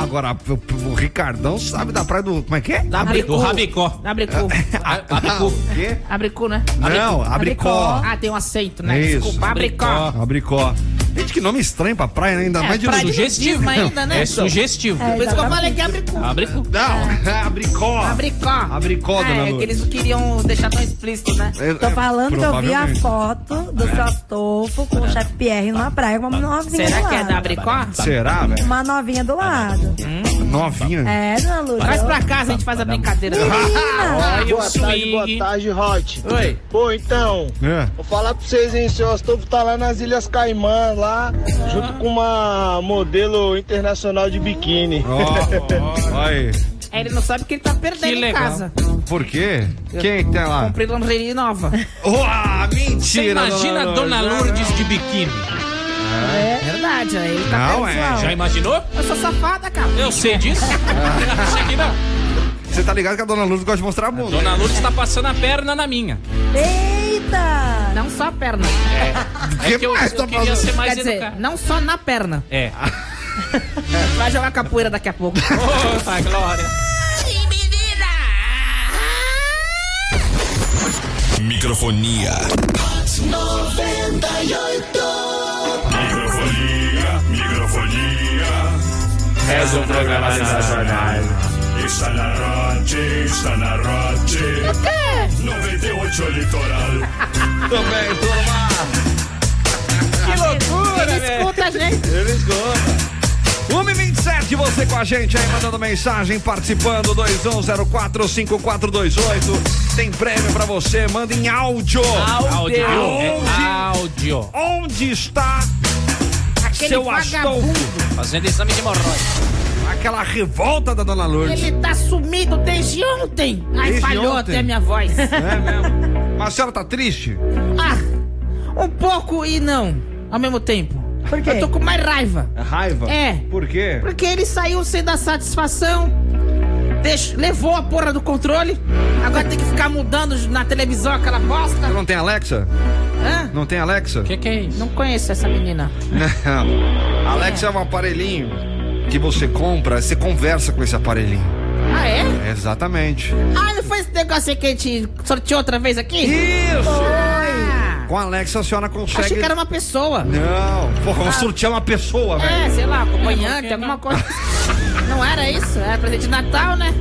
Speaker 1: Agora, o, o Ricardão sabe da praia do. Como é que é?
Speaker 2: Abricó.
Speaker 1: Do
Speaker 2: Abricó.
Speaker 1: [LAUGHS] Abricó. O quê?
Speaker 2: Abricó, né?
Speaker 1: Não, abricó.
Speaker 2: Ah, tem um acento, né? Desculpa, abricó.
Speaker 1: Abricó. Gente, que nome estranho pra praia, né? Ainda
Speaker 2: É,
Speaker 1: mais de
Speaker 2: praia de Sugestivo. nudismo ainda, né? É sugestivo. É, Por isso que eu falei que é abricó.
Speaker 1: Abricó. Não, [LAUGHS] abricó.
Speaker 2: Abricó.
Speaker 1: Abricó, dona
Speaker 2: Ah, é
Speaker 1: Lourdes.
Speaker 2: que eles queriam deixar tão explícito, né?
Speaker 1: É,
Speaker 3: Tô falando que eu vi a
Speaker 2: Provavelmente.
Speaker 3: foto do seu Astolfo com o chefe Pierre numa praia com uma novinha
Speaker 2: Será
Speaker 3: do
Speaker 2: que é
Speaker 3: lado.
Speaker 2: da abricó?
Speaker 1: Será, velho?
Speaker 3: Uma novinha do lado.
Speaker 1: Novinha.
Speaker 3: É, dona Lourdes.
Speaker 2: Traz pra casa, a gente faz a brincadeira.
Speaker 3: Menina!
Speaker 15: boa tarde, boa tarde, Hot. Oi. Pô, então,
Speaker 1: É.
Speaker 15: vou falar pra vocês, hein, seu Astolfo tá lá nas Ilhas Caimã, lá, junto com uma modelo internacional de biquíni.
Speaker 8: [LAUGHS]
Speaker 1: Ó, ó, aí.
Speaker 2: É, Ele não sabe o que ele tá perdendo em casa.
Speaker 1: Por quê? Quem é que tem lá?
Speaker 2: Comprei lingerie nova.
Speaker 1: Uau,
Speaker 8: Você imagina a Dona Lourdes de biquíni.
Speaker 2: É verdade, aí ele tá
Speaker 8: Não, é.
Speaker 2: sensual.
Speaker 8: Já imaginou?
Speaker 2: Eu sou safada, cara.
Speaker 8: Eu sei
Speaker 15: [LAUGHS]
Speaker 8: disso.
Speaker 15: Ah.
Speaker 8: Isso aqui não.
Speaker 1: Você tá ligado que a Dona Lourdes gosta de mostrar a bunda. né?
Speaker 8: Dona Lourdes tá passando a perna na minha.
Speaker 2: Eita! Não só a perna.
Speaker 8: É. É que eu,
Speaker 1: tá
Speaker 8: eu queria ser mais
Speaker 2: Quer dizer,
Speaker 8: educado.
Speaker 2: não só na perna.
Speaker 8: É.
Speaker 2: [LAUGHS] Vai jogar capoeira daqui a pouco.
Speaker 8: Opa, Glória.
Speaker 14: Microfonia.
Speaker 6: 98.
Speaker 14: Microfonia. Microfonia.
Speaker 6: És um programa sensacional.
Speaker 14: Está na Rote, está na Rote.
Speaker 6: O quê? é
Speaker 14: 98
Speaker 16: [LAUGHS]
Speaker 14: Litoral.
Speaker 1: Também, turma.
Speaker 6: Que loucura,
Speaker 2: Ele escuta a gente.
Speaker 1: Ele escuta. de você com a gente aí, mandando mensagem, participando, 21045428. Tem prêmio pra você, manda em áudio.
Speaker 8: Áudio.
Speaker 1: Onde,
Speaker 8: É áudio.
Speaker 1: onde está
Speaker 8: Aquele
Speaker 1: seu
Speaker 8: vagabundo.
Speaker 1: Astolfo?
Speaker 8: Fazendo exame de hemorroide.
Speaker 1: Aquela revolta da Dona Lourdes.
Speaker 2: Ele tá sumido desde ontem. Ai,
Speaker 1: Desde
Speaker 2: falhou
Speaker 1: ontem?
Speaker 2: até minha voz.
Speaker 1: É mesmo. Mas a senhora tá triste?
Speaker 2: Ah, um pouco e não, ao mesmo tempo. Por quê? Eu tô com mais raiva.
Speaker 1: Raiva?
Speaker 2: É.
Speaker 1: Por quê?
Speaker 2: Porque ele saiu sem dar satisfação. Deixou, levou a porra do controle. Agora tem que ficar mudando na televisão aquela bosta.
Speaker 1: Não tem Alexa?
Speaker 2: Hã?
Speaker 1: Não tem Alexa?
Speaker 2: que é isso? Não conheço essa menina.
Speaker 1: Não. Alexa é um aparelhinho que você compra, você conversa com esse aparelhinho.
Speaker 2: Ah, é?
Speaker 1: Exatamente.
Speaker 2: Ah, não foi esse negócio aí que a gente sorteou outra vez aqui?
Speaker 1: Isso!
Speaker 2: Foi!
Speaker 1: Com a Alexa a senhora consegue.
Speaker 2: Achei que era uma pessoa.
Speaker 1: Não, porra, vamos
Speaker 2: Ah.
Speaker 1: sortear uma pessoa,
Speaker 2: É,
Speaker 1: velho.
Speaker 2: sei lá, acompanhante, alguma coisa. Não era isso? Era presente de Natal, né?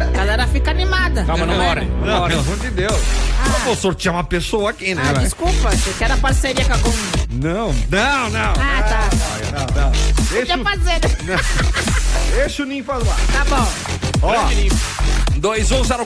Speaker 2: A galera fica animada.
Speaker 1: não
Speaker 2: era?
Speaker 1: more. Não, pelo amor de Deus. Eu
Speaker 5: Ah.
Speaker 1: vou sortear uma pessoa aqui, né?
Speaker 2: Ah,
Speaker 1: velho?
Speaker 2: desculpa, achei que era parceria com algum.
Speaker 1: Não, não, não.
Speaker 2: Ah, tá.
Speaker 1: Não, não. Deixa,
Speaker 2: Podia
Speaker 1: o-
Speaker 2: fazer. né?
Speaker 1: deixa o Ninho falar.
Speaker 2: Tá bom.
Speaker 1: Ó.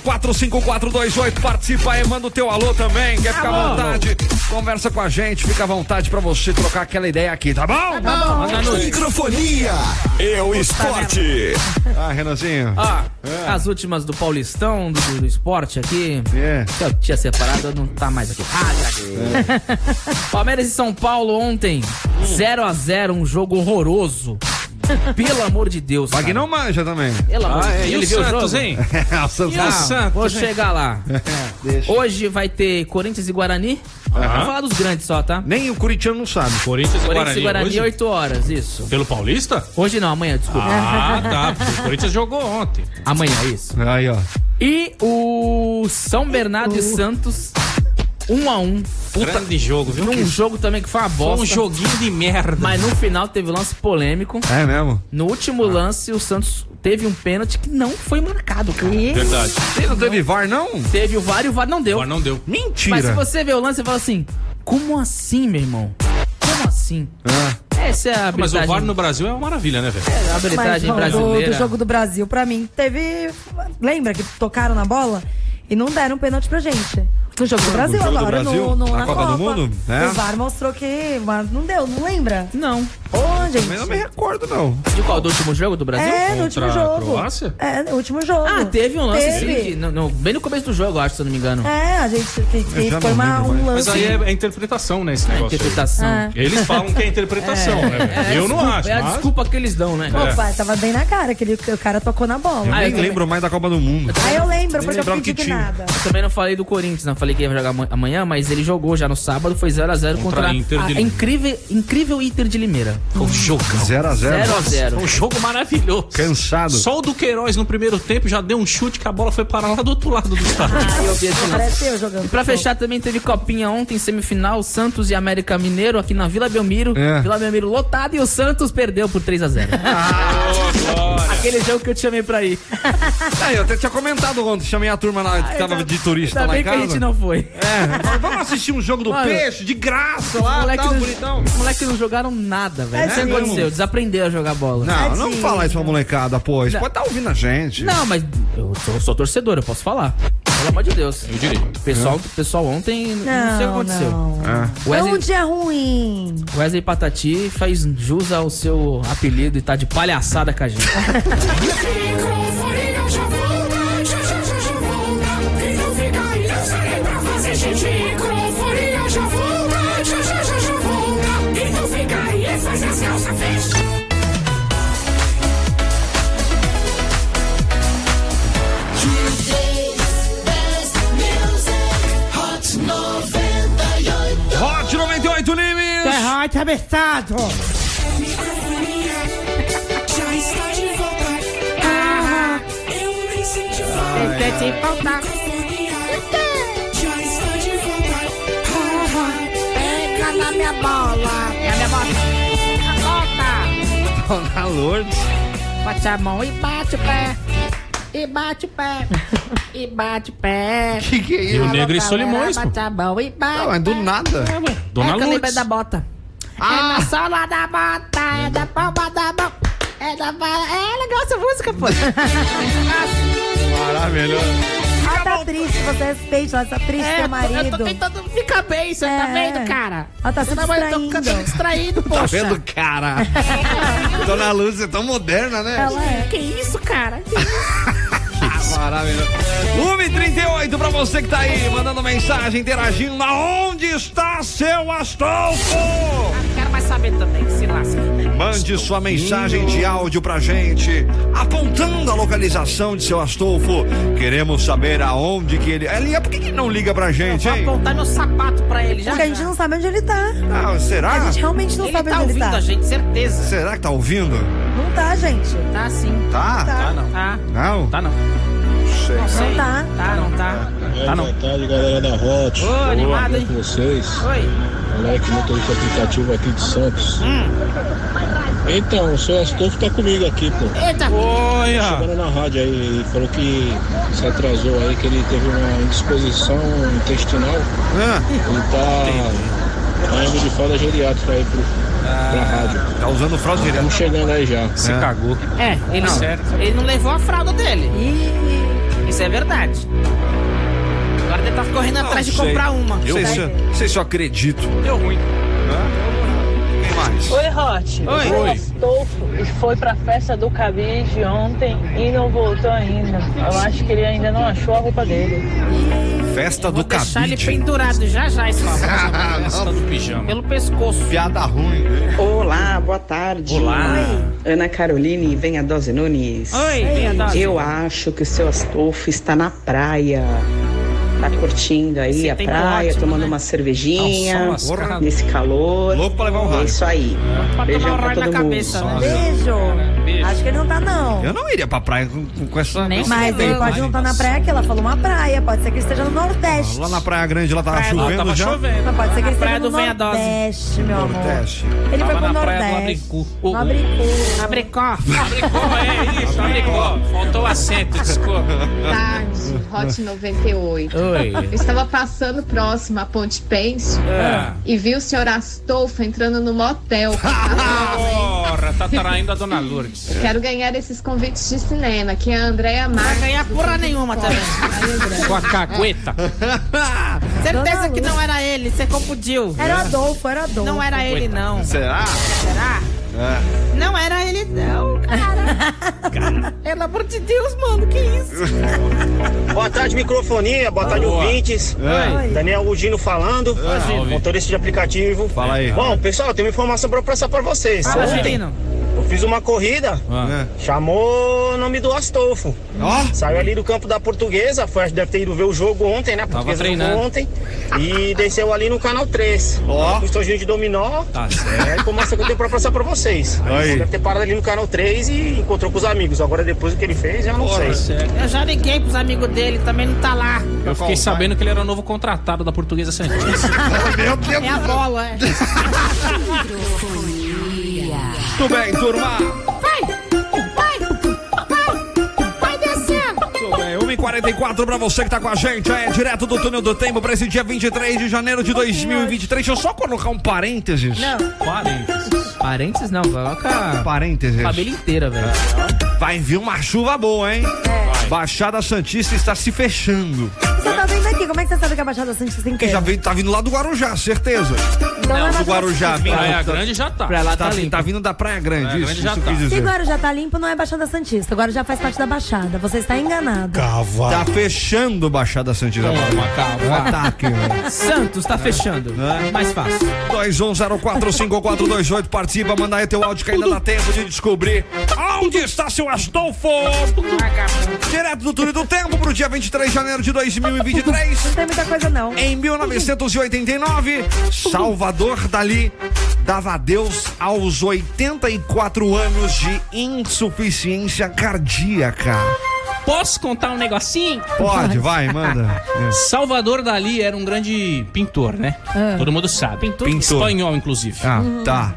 Speaker 1: 21045428, participa aí, manda o teu alô também, quer ficar à
Speaker 6: Alô.
Speaker 1: vontade, conversa com a gente, fica à vontade pra você trocar aquela ideia aqui, tá bom?
Speaker 6: Tá bom. Manda no-
Speaker 1: Microfonia e o esporte. Ah, Renanzinho.
Speaker 5: Ah, as últimas do Paulistão, do, do esporte aqui.
Speaker 1: É.
Speaker 5: Eu tinha separado, não tá mais aqui. Ah, tá
Speaker 15: É.
Speaker 5: aqui. [LAUGHS] Palmeiras e São Paulo ontem,
Speaker 8: Hum.
Speaker 5: 0x0, um jogo horroroso. Pelo amor de Deus, cara.
Speaker 1: Magnão manja [LAUGHS] também.
Speaker 5: Pelo amor de Deus.
Speaker 8: Ah, é. E o
Speaker 5: Ele viu o
Speaker 8: Santos,
Speaker 5: jogo?
Speaker 8: hein?
Speaker 1: É, o Santos.
Speaker 5: E o Santos, Ah, Vou
Speaker 8: hein?
Speaker 5: chegar lá. Hoje vai ter Corinthians e Guarani. Vamos
Speaker 8: Aham.
Speaker 5: falar dos grandes só, tá?
Speaker 1: Nem o Curitiano não sabe.
Speaker 5: Corinthians
Speaker 8: e
Speaker 5: Corinthians e
Speaker 8: Guarani
Speaker 5: Guarani,
Speaker 8: hoje?
Speaker 5: 8 horas, isso.
Speaker 8: Pelo Paulista?
Speaker 5: Hoje não, amanhã, desculpa.
Speaker 8: Ah, tá. porque O Corinthians jogou ontem.
Speaker 5: Amanhã, isso.
Speaker 1: Aí, ó.
Speaker 5: E o São Bernardo e Santos, um a um.
Speaker 8: Grande jogo, viu?
Speaker 5: Num jogo também que foi uma bosta.
Speaker 8: um joguinho de merda.
Speaker 5: Mas no final teve lance polêmico.
Speaker 1: É mesmo?
Speaker 5: No último lance, o Santos teve um pênalti que não foi marcado, cara.
Speaker 8: Verdade.
Speaker 1: Você não teve VAR, não?
Speaker 5: Teve o VAR e o VAR não deu.
Speaker 8: Agora não deu.
Speaker 1: Mentira.
Speaker 5: Mas se você vê o lance, você fala assim, como assim, meu irmão? Como assim? Essa é a
Speaker 8: Mas o
Speaker 5: habilidade,
Speaker 8: VAR no Brasil é uma maravilha, né, velho?
Speaker 5: a habilidade
Speaker 3: Mas, Ronaldo,
Speaker 5: brasileira.
Speaker 3: do jogo do Brasil, pra mim, teve. Lembra que tocaram na bola e não deram pênalti pra gente? No jogo do Brasil,
Speaker 1: jogo do
Speaker 3: agora
Speaker 1: Brasil?
Speaker 3: no, no-
Speaker 1: Na
Speaker 3: na,
Speaker 1: Copa do Mundo? É.
Speaker 3: O VAR mostrou que. Mas não deu, não lembra?
Speaker 5: Não.
Speaker 3: Ô, gente.
Speaker 1: Também não me recordo, não.
Speaker 5: De qual? Do último jogo do Brasil?
Speaker 3: É, no último jogo. É, no último jogo.
Speaker 5: Ah, teve um lance,
Speaker 3: Teve.
Speaker 5: sim. que no- no- bem no começo do jogo, eu acho, se eu não me engano.
Speaker 3: É, a gente. Que, que
Speaker 5: já
Speaker 3: foi
Speaker 5: não
Speaker 3: uma,
Speaker 5: lembro
Speaker 3: um
Speaker 5: mais.
Speaker 3: lance.
Speaker 8: Mas aí é, é interpretação, né, esse negócio. aí.
Speaker 5: interpretação. É.
Speaker 8: Eles falam que é interpretação,
Speaker 5: É,
Speaker 8: né? velho?
Speaker 5: é,
Speaker 8: Eu não
Speaker 5: desculpa,
Speaker 8: acho.
Speaker 5: É a
Speaker 8: mas-
Speaker 5: desculpa que eles dão, né?
Speaker 3: Opa, tava bem na cara, que ele, o cara tocou na bola.
Speaker 5: Ah,
Speaker 1: Eu nem lembro mais da Copa do Mundo.
Speaker 3: Aí eu lembro, porque eu
Speaker 5: lembrava
Speaker 3: fiquei
Speaker 5: que tinha.
Speaker 3: indignada.
Speaker 5: Eu também não falei do Corinthians, não falei que ia jogar ama- amanhã, mas ele jogou já no sábado, foi 0x0
Speaker 8: Contra
Speaker 5: contra,
Speaker 8: a Inter de
Speaker 5: a
Speaker 8: Limeira.
Speaker 5: incrível, incrível Inter de Limeira.
Speaker 8: Foi um jogo.
Speaker 1: 0x0.
Speaker 5: 0x0.
Speaker 8: Um jogo maravilhoso.
Speaker 1: Cansado.
Speaker 8: Só o do Queiroz no primeiro tempo já deu um chute que a bola foi parar lá do outro lado do estádio.
Speaker 3: Apareceu jogando.
Speaker 5: E pra fechar também teve copinha ontem, semifinal, Santos e América Mineiro aqui na Vila Belmiro.
Speaker 8: É.
Speaker 5: Vila Belmiro lotada e o Santos perdeu por
Speaker 1: [LAUGHS]
Speaker 5: 3x0.
Speaker 1: Ah,
Speaker 5: Aquele jogo que eu te chamei pra ir.
Speaker 1: Aí, eu até tinha comentado ontem, chamei a turma lá que tava de turista
Speaker 5: Ah, Ainda
Speaker 1: Tá lá em
Speaker 5: bem que
Speaker 1: casa.
Speaker 5: a gente não foi.
Speaker 1: É, mas vamos assistir um jogo do
Speaker 5: Mano,
Speaker 1: peixe, de graça lá,
Speaker 5: moleque
Speaker 1: tal,
Speaker 5: não-
Speaker 1: bonitão.
Speaker 5: Os moleques não jogaram nada, velho. O que
Speaker 1: Tadinho.
Speaker 5: aconteceu? Desaprendeu a jogar bola.
Speaker 1: Não, não fala isso pra molecada, pô. Isso
Speaker 5: Não.
Speaker 1: pode estar ouvindo a gente.
Speaker 5: Não, mas eu sou, sou torcedor, eu posso falar. Pelo amor de Deus. Eu direito. Pessoal,
Speaker 1: É.
Speaker 5: pessoal ontem, não, sei o que
Speaker 3: Não,
Speaker 5: aconteceu.
Speaker 3: não. Foi um
Speaker 5: Wesley,
Speaker 3: dia ruim.
Speaker 5: Wesley Patati faz jus ao seu apelido e tá de palhaçada com a gente.
Speaker 6: Microfonia já volta, já já já já volta. E não fica aí, não sai pra fazer xixi. Microfonia já volta, já já já já volta. E não fica aí, faz as calças fechadas. Hot 98
Speaker 1: Hot 98 Limes!
Speaker 6: É hot, abertado! Já está de volta! Ah, eu nem senti falta!
Speaker 2: Tentei te faltar.
Speaker 6: Microfonia Já está de volta! Ah,
Speaker 2: Pega na minha bola. É a minha bola.
Speaker 1: Dona Lourdes.
Speaker 2: Volta. Bate a mão e bate o pé. E bate o [LAUGHS] pé. E bate o pé.
Speaker 1: Que que é isso? E o
Speaker 8: Negro e Solimões, pô.
Speaker 2: Bate a mão e bate.
Speaker 1: Não, mas do nada.
Speaker 2: É, ué.
Speaker 8: Dona
Speaker 2: é que eu lembrei
Speaker 8: Lourdes.
Speaker 2: da bota. É na sola da bota, é da palma da mão. É, da, é legal essa música, [LAUGHS] pô.
Speaker 1: Maravilhoso.
Speaker 3: Ah, tá triste, você respeita, ela tá triste, seu
Speaker 2: É, eu tô- eu tô
Speaker 3: marido.
Speaker 2: tentando ficar bem, você tá vendo, cara?
Speaker 3: Ela tá se
Speaker 2: Não, mas eu tô
Speaker 3: distraindo.
Speaker 2: ficando distraído,
Speaker 1: Tá
Speaker 2: poxa.
Speaker 1: vendo, cara? Dona Lúcia é tão moderna, né?
Speaker 2: Ela é. Que isso, cara?
Speaker 1: Ah, Maravilhoso. 1h38 pra você que tá aí, mandando mensagem, interagindo. Aonde está seu Astolfo?
Speaker 2: Não quero mais saber também, se lasca.
Speaker 1: Mande sua mensagem de áudio pra gente, apontando a localização de seu Astolfo. Queremos saber aonde que ele. Elia, por que, que não liga pra gente, hein?
Speaker 2: Apontar meu Tá sapato pra ele já.
Speaker 3: Porque a gente não sabe onde ele tá.
Speaker 1: Ah, será?
Speaker 3: A gente realmente não
Speaker 2: Ele
Speaker 3: sabe
Speaker 2: tá
Speaker 3: onde ele
Speaker 2: ouvindo
Speaker 3: tá.
Speaker 2: a gente, certeza.
Speaker 1: Será que tá ouvindo?
Speaker 3: Não tá, gente.
Speaker 2: Tá sim.
Speaker 1: Tá?
Speaker 3: Tá.
Speaker 2: não. Tá.
Speaker 1: Não? Tá
Speaker 8: não.
Speaker 1: Sei.
Speaker 2: Não sei.
Speaker 3: tá.
Speaker 2: Tá, não tá.
Speaker 8: Tá não.
Speaker 16: Boa tarde, galera da Hot.
Speaker 2: Ô, animado, hein?
Speaker 16: com vocês.
Speaker 2: Oi.
Speaker 16: Moleque, motorista aplicativo aqui de Santos. Então, o seu Astolfo tá comigo aqui, pô.
Speaker 2: Eita.
Speaker 16: Chegando na rádio aí, ele falou que se atrasou aí, que ele teve uma indisposição intestinal.
Speaker 1: Ah,
Speaker 16: Ele tá caindo de fralda geriátrica aí pro, pra rádio.
Speaker 1: Tá usando fralda geriátrica?
Speaker 16: Estamos chegando aí já.
Speaker 8: Se cagou.
Speaker 2: É, ele não, ele não levou a fralda dele. Isso é verdade. Agora ele tá correndo atrás de
Speaker 1: Sei.
Speaker 2: comprar uma.
Speaker 1: Eu
Speaker 2: Tá?
Speaker 1: sei, sei se eu acredito.
Speaker 8: Deu ruim.
Speaker 1: Quem mais?
Speaker 17: Oi, Hot.
Speaker 1: Oi.
Speaker 17: O
Speaker 1: Oi.
Speaker 17: Astolfo foi pra festa do cabide ontem e não voltou ainda. Eu acho que ele ainda não achou a roupa dele.
Speaker 1: Festa do
Speaker 2: Deixar ele
Speaker 1: cabide.
Speaker 2: pendurado já já esse
Speaker 1: Ah,
Speaker 2: favor.
Speaker 1: não.
Speaker 2: Pelo pescoço.
Speaker 1: Piada ruim. né?
Speaker 18: Olá, boa tarde.
Speaker 2: Olá.
Speaker 18: Ana Caroline, venha Dose Nunes.
Speaker 2: Oi, venha a dose.
Speaker 18: Eu acho que o seu Astolfo está na praia. Tá curtindo aí
Speaker 2: Esse
Speaker 18: a
Speaker 2: tempo
Speaker 18: praia,
Speaker 2: ótimo,
Speaker 18: tomando
Speaker 2: né?
Speaker 18: uma cervejinha.
Speaker 2: Calção lascado.
Speaker 18: nesse calor. Louco pra levar um raio. É isso aí.
Speaker 2: Pra
Speaker 18: Beijão
Speaker 2: tomar um
Speaker 18: pra
Speaker 2: raio
Speaker 18: todo
Speaker 2: na
Speaker 18: mundo.
Speaker 2: cabeça, né?
Speaker 3: Beijo. Acho que ele não tá, não.
Speaker 1: Eu não iria pra praia com, com- com essa. com essa
Speaker 3: Mas ele pode
Speaker 1: vontade.
Speaker 3: não estar na praia, que ela falou uma praia. Pode ser que ele esteja no Nordeste.
Speaker 1: Lá na Praia Grande, lá tava
Speaker 3: Praia do-
Speaker 8: Ah,
Speaker 1: chovendo
Speaker 3: tava
Speaker 1: já.
Speaker 3: chovendo. Mas pode ser que ele
Speaker 2: Praia
Speaker 3: esteja no
Speaker 2: do Venha Dose.
Speaker 3: Nordeste, meu amor.
Speaker 1: Nordeste.
Speaker 3: Ele
Speaker 2: Tava
Speaker 3: foi pro
Speaker 2: na praia do
Speaker 3: Nordeste.
Speaker 8: O-
Speaker 3: No Abricô.
Speaker 2: Abricó.
Speaker 8: Abricó, é isso, abricó. Faltou o acento, desculpa.
Speaker 19: tarde, Hot 98.
Speaker 8: Oi.
Speaker 19: Eu estava passando próximo à Ponte Pence
Speaker 8: É.
Speaker 19: e vi o senhor Astolfo entrando no motel.
Speaker 5: [LAUGHS]
Speaker 8: Porra, tá traindo a dona Lourdes.
Speaker 19: Eu quero ganhar esses convites de cinema, que é a Andréia Marques. Não vai ganhar porra nenhuma também.
Speaker 8: Com a cagueta.
Speaker 2: Certeza que não era ele, você confundiu.
Speaker 3: Era o Adolfo, era Adolfo.
Speaker 2: Não era ele, não.
Speaker 1: Será?
Speaker 2: Será?
Speaker 1: É.
Speaker 2: Não era ele, não, cara. Pelo amor de Deus, mano, que isso?
Speaker 20: Boa tarde, microfonia. Boa tarde,
Speaker 1: Boa.
Speaker 20: ouvintes.
Speaker 1: Oi.
Speaker 20: Daniel Gugino falando. Ah,
Speaker 1: Oi, Gino.
Speaker 20: Motorista de aplicativo.
Speaker 1: Fala aí.
Speaker 20: Bom, pessoal, eu tenho uma informação pra passar pra vocês.
Speaker 21: um
Speaker 2: Fala,
Speaker 20: Ontem,
Speaker 2: Gino.
Speaker 20: eu fiz uma corrida.
Speaker 1: Ah.
Speaker 20: Chamou o nome do Astolfo. Saiu ali do campo da Portuguesa. Foi, deve ter ido ver o jogo ontem, né? A
Speaker 8: Tava
Speaker 20: Portuguesa jogou
Speaker 8: treinando.
Speaker 20: ontem. E desceu ali no canal 3. Ó. Oh. Estojinho de dominó.
Speaker 8: Tá
Speaker 20: É a informação que eu tenho pra passar pra vocês.
Speaker 8: Aí.
Speaker 20: Deve ter parado ali no canal 3 e encontrou com os amigos. Agora, depois o que ele fez, eu não sei.
Speaker 2: Eu já liguei pros amigos dele, também não tá lá.
Speaker 8: Eu fiquei sabendo que ele era o novo contratado da Portuguesa Santista.
Speaker 2: É a bola, é.
Speaker 1: Tudo bem, turma?
Speaker 6: Vai descendo.
Speaker 1: Tudo bem. 1h44 pra você que tá com a gente. É direto do túnel do tempo pra esse dia 23 de janeiro de 2023. Deixa eu só colocar um parênteses.
Speaker 5: Parênteses. Parênteses não, coloca.
Speaker 1: Parênteses.
Speaker 5: Família inteira, velho.
Speaker 1: Vai vir uma chuva boa, hein? Baixada Santista está se fechando.
Speaker 3: Você tá vendo aqui? Como é que você sabe que a Baixada Santista
Speaker 1: Porque
Speaker 3: inteira?
Speaker 1: já veio, tá vindo lá do Guarujá, certeza.
Speaker 3: Então
Speaker 1: Lá
Speaker 3: é
Speaker 1: do
Speaker 3: Baixada
Speaker 1: Guarujá.
Speaker 3: Santista.
Speaker 1: vindo-
Speaker 8: Praia Grande já tá.
Speaker 1: Pra lá tá,
Speaker 8: Tá
Speaker 1: tá,
Speaker 8: limpo.
Speaker 1: vindo da Praia Grande.
Speaker 8: Praia
Speaker 1: isso,
Speaker 8: Grande já
Speaker 1: isso
Speaker 8: tá.
Speaker 1: quis
Speaker 3: Se
Speaker 1: dizer.
Speaker 3: Guarujá tá limpo, não é Baixada Santista. Guarujá faz parte da Baixada. Você está enganado.
Speaker 1: Tá fechando Baixada Santista.
Speaker 8: É.
Speaker 1: Tá Calma,
Speaker 8: Ah.
Speaker 1: calma. Ataque, velho.
Speaker 5: Santos tá fechando.
Speaker 1: Né?
Speaker 5: Mais fácil.
Speaker 1: 21045428, participa, manda aí teu áudio que ainda dá tempo de descobrir onde está seu Astolfo. Direto do túnel do tempo pro dia 23 de janeiro de 2023.
Speaker 3: Não tem muita coisa, não.
Speaker 1: Em 1989, Salvador Dali dava adeus aos 84 anos de insuficiência cardíaca.
Speaker 8: Posso contar um negocinho?
Speaker 1: Pode, vai, manda.
Speaker 8: Salvador Dali era um grande pintor, né? Todo mundo sabe. Pintor. Espanhol, inclusive.
Speaker 1: Ah, tá.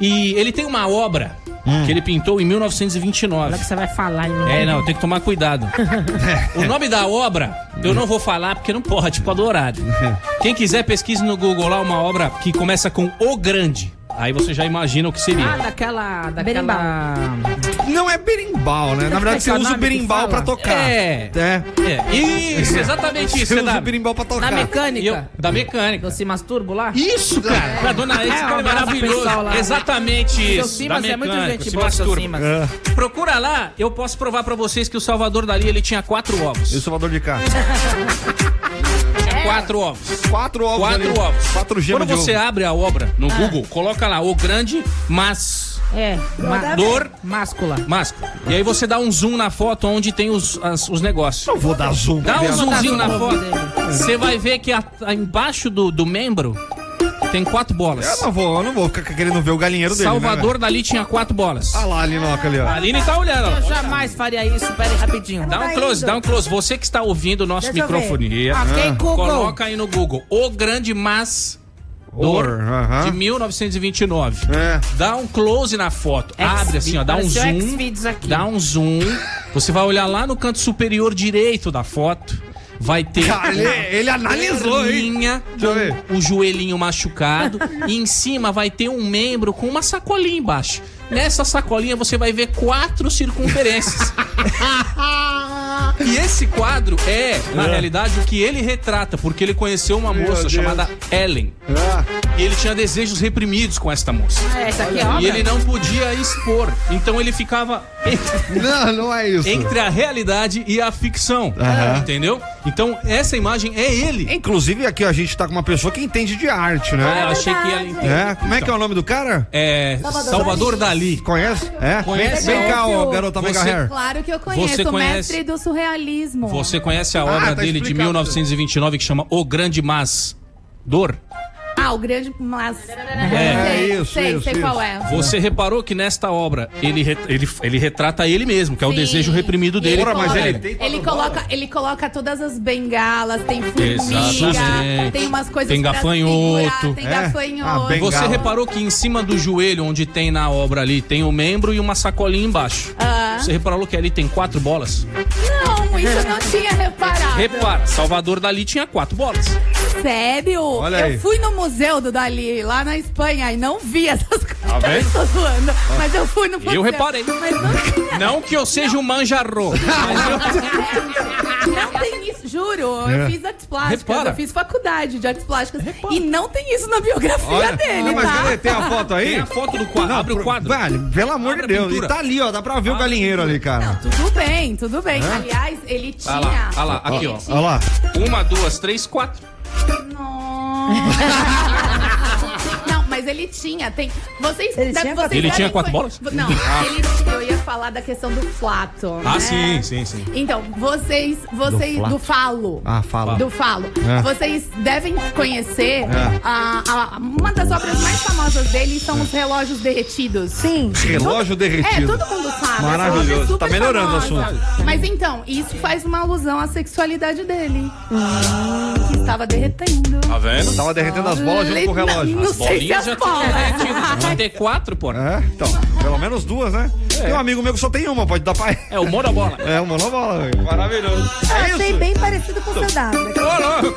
Speaker 8: E ele tem uma obra que ele pintou em 1929.
Speaker 2: Hum. Olha o que É. você vai falar, ele
Speaker 8: É, não, tem que tomar
Speaker 2: [LAUGHS]
Speaker 8: cuidado. o nome da obra eu não vou falar porque não
Speaker 2: [LAUGHS]
Speaker 8: pode, por causa do horário. Quem quiser, pesquise no Google lá uma obra que começa com O Grande. Aí você já imagina o que
Speaker 2: Ah,
Speaker 8: seria.
Speaker 2: daquela. daquela...
Speaker 1: Não é berimbau, né? Na verdade, você
Speaker 2: Esse é o
Speaker 1: usa o
Speaker 2: nome que
Speaker 1: berimbau
Speaker 2: fala?
Speaker 1: pra tocar.
Speaker 8: É.
Speaker 1: É.
Speaker 8: É. Isso, exatamente isso,
Speaker 1: Você usa o
Speaker 8: Sedab.
Speaker 1: berimbau pra tocar.
Speaker 2: Na mecânica.
Speaker 8: da mecânica.
Speaker 2: Você masturbo lá?
Speaker 8: Isso, cara. Pra
Speaker 2: É,
Speaker 8: dona
Speaker 2: um
Speaker 8: Edson, cara, é maravilhoso. Exatamente
Speaker 2: Seu
Speaker 8: isso,
Speaker 2: Simas
Speaker 8: da
Speaker 2: é muito
Speaker 8: mecânica,
Speaker 2: gente
Speaker 8: se
Speaker 2: boa, seu
Speaker 8: masturba.
Speaker 2: Simas.
Speaker 1: É.
Speaker 8: Procura lá, eu posso provar pra vocês que o Salvador Dali ele tinha quatro ovos. E o
Speaker 1: Salvador de cá?
Speaker 8: Tinha quatro ovos.
Speaker 1: Quatro ovos.
Speaker 8: Quatro
Speaker 1: ali.
Speaker 8: ovos.
Speaker 1: Quatro gemas
Speaker 8: Quando
Speaker 1: de
Speaker 8: você
Speaker 1: ovo.
Speaker 8: abre a obra no
Speaker 1: Ah.
Speaker 8: Google, coloca lá o grande mas
Speaker 2: É. ma-
Speaker 8: dor
Speaker 2: Máscula.
Speaker 8: máscara. E aí você dá um zoom na foto onde tem os, as- os negócios. Eu
Speaker 1: vou dar zoom.
Speaker 8: Dá um
Speaker 1: Gabriel.
Speaker 8: zoomzinho na
Speaker 1: Vou dar
Speaker 8: foto.
Speaker 1: zoom
Speaker 8: Você vai ver que a- a- embaixo do, do membro tem quatro bolas.
Speaker 1: Eu não vou, eu não vou ficar querendo ver o galinheiro É dele.
Speaker 8: Salvador
Speaker 1: né,
Speaker 8: Dali tinha quatro bolas.
Speaker 1: Olha lá, Alinoca ali, ó.
Speaker 8: A Aline tá olhando. ó.
Speaker 2: Eu jamais faria isso. Pera aí, rapidinho.
Speaker 8: Dá um close, dá um close. Você que está ouvindo o nosso
Speaker 2: Tá Deixa eu ver.
Speaker 8: microfone.
Speaker 2: Ok, Google.
Speaker 8: Ah, Coloca aí no Google. O grande mas. Dor,
Speaker 1: Dor, aham.
Speaker 8: de 1929. Dá um close na foto. Abre assim, ó. Dá um
Speaker 2: Pareceu
Speaker 8: zoom.
Speaker 2: Xvideos aqui.
Speaker 8: Dá um zoom. Você vai olhar lá no canto superior direito da foto. Vai ter.
Speaker 1: Cara, ele- ele analisou, hein?
Speaker 8: perninha
Speaker 1: Deixa eu ver.
Speaker 8: com o joelhinho machucado. e em cima vai ter um membro com uma sacolinha embaixo. Nessa sacolinha você vai ver quatro
Speaker 1: [LAUGHS]
Speaker 8: circunferências. E esse quadro é, na
Speaker 1: É.
Speaker 8: realidade, o que ele retrata, porque ele conheceu uma
Speaker 1: Meu
Speaker 8: moça
Speaker 1: Deus.
Speaker 8: chamada Ellen.
Speaker 1: É.
Speaker 8: E ele tinha desejos reprimidos com esta moça.
Speaker 2: Ah, essa aqui é obra?
Speaker 8: E
Speaker 1: né?
Speaker 8: ele não podia expor. Então ele
Speaker 1: [LAUGHS]
Speaker 8: ficava. entre-
Speaker 1: Não, não é isso.
Speaker 8: Entre a realidade e a ficção.
Speaker 1: Aham.
Speaker 8: Entendeu? Então essa imagem é ele.
Speaker 1: Inclusive, aqui ó, a gente tá com uma pessoa que entende de arte, né?
Speaker 8: Ah, eu achei que ele entende.
Speaker 1: É, como é que é o nome do cara?
Speaker 8: É.
Speaker 1: Salvador
Speaker 8: Salvador Dali.
Speaker 1: Conhece? É?
Speaker 8: Conhece.
Speaker 1: Vem, vem cá, ó,
Speaker 8: Você-
Speaker 1: garota Mega Hair.
Speaker 21: Claro que eu conheço,
Speaker 8: Você
Speaker 21: o
Speaker 8: conhece-
Speaker 21: mestre do surrealismo.
Speaker 8: Você conhece a obra
Speaker 21: tá
Speaker 8: dele de
Speaker 21: explicado.
Speaker 8: 1929 que chama O Grande Mas Dor?
Speaker 21: Ah, o grande mas.
Speaker 8: É,
Speaker 21: sei,
Speaker 8: isso,
Speaker 21: sei,
Speaker 8: isso,
Speaker 21: sei qual é.
Speaker 8: Você reparou que nesta obra ele, re- ele, ele retrata ele mesmo, que é o
Speaker 21: Sim.
Speaker 8: desejo reprimido dele.
Speaker 21: Ora, mas
Speaker 8: É.
Speaker 21: ele, ele coloca, ele coloca todas as bengalas, tem formiga,
Speaker 8: Exatamente.
Speaker 21: tem umas coisas
Speaker 8: Tem
Speaker 21: pra segurar,
Speaker 8: gafanhoto.
Speaker 1: É.
Speaker 21: tem gafanhoto.
Speaker 8: E você reparou que em cima do joelho, onde tem na obra ali, tem o membro e uma sacolinha embaixo.
Speaker 21: Ah.
Speaker 8: Você reparou que ali tem quatro bolas?
Speaker 21: Não, isso eu não tinha reparado.
Speaker 8: Repara, Salvador Dali tinha quatro bolas.
Speaker 21: Sério?
Speaker 8: Olha
Speaker 21: eu
Speaker 8: aí.
Speaker 21: fui no museu do Dali, lá na Espanha, e não vi essas coisas.
Speaker 8: Tá vendo?
Speaker 21: Tô zoando. Mas eu fui no museu.
Speaker 8: Eu reparei.
Speaker 21: Mas não
Speaker 8: Não que eu seja um manjarro.
Speaker 21: Não tem isso, juro. Eu
Speaker 8: É.
Speaker 21: fiz artes plásticas,
Speaker 8: Repara.
Speaker 21: eu fiz faculdade de artes plásticas. E não tem isso na biografia
Speaker 1: Olha,
Speaker 21: dele,
Speaker 1: não, mas
Speaker 21: tá?
Speaker 1: cadê? Tem a foto aí?
Speaker 8: Tem a foto do quadro. Abre o quadro.
Speaker 1: Velho, pelo amor de
Speaker 8: Abre a
Speaker 1: Deus. E
Speaker 8: pintura.
Speaker 1: tá ali, ó. Dá pra ver o galinheiro ali, cara.
Speaker 21: Tudo bem, tudo bem.
Speaker 1: Hã?
Speaker 21: Aliás, ele tinha.
Speaker 8: Olha Tá lá, olha lá, aqui, ó.
Speaker 1: Olha lá.
Speaker 8: Uma, duas, três, quatro.
Speaker 21: [LAUGHS] Não, mas ele tinha, tem. Vocês, ele
Speaker 8: tinha quatro- Ele tinha quatro bolas?
Speaker 21: Não,
Speaker 8: Ah.
Speaker 21: ele, eu ia falar da questão do flato.
Speaker 8: Ah,
Speaker 21: né?
Speaker 8: sim, sim, sim.
Speaker 21: Então, vocês, vocês do,
Speaker 8: flato?
Speaker 21: falo.
Speaker 1: Ah, fala.
Speaker 21: Do falo.
Speaker 1: É.
Speaker 21: Vocês devem conhecer
Speaker 1: É.
Speaker 21: a- a- uma das obras mais famosas dele são os relógios derretidos.
Speaker 1: É
Speaker 21: Sim.
Speaker 1: Relógio derretido.
Speaker 21: É, todo mundo sabe.
Speaker 1: Maravilhoso.
Speaker 21: Essa obra é super
Speaker 1: Tá melhorando o
Speaker 21: famosa.
Speaker 1: assunto.
Speaker 21: Mas então, isso faz uma alusão à sexualidade dele. Hum, Que estava derretendo.
Speaker 8: Tá vendo?
Speaker 1: Tava derretendo as bolas Ah, é junto com o relógio.
Speaker 21: Não sei se as bolas.
Speaker 8: Tinha que ter quatro, pô.
Speaker 1: É, então. Pelo menos duas, né? Tem um amigo meu que só tem uma, pode dar pra ele.
Speaker 8: É o monobola.
Speaker 1: É o monobola. velho. Maravilhoso.
Speaker 3: Eu achei bem parecido com o seu W.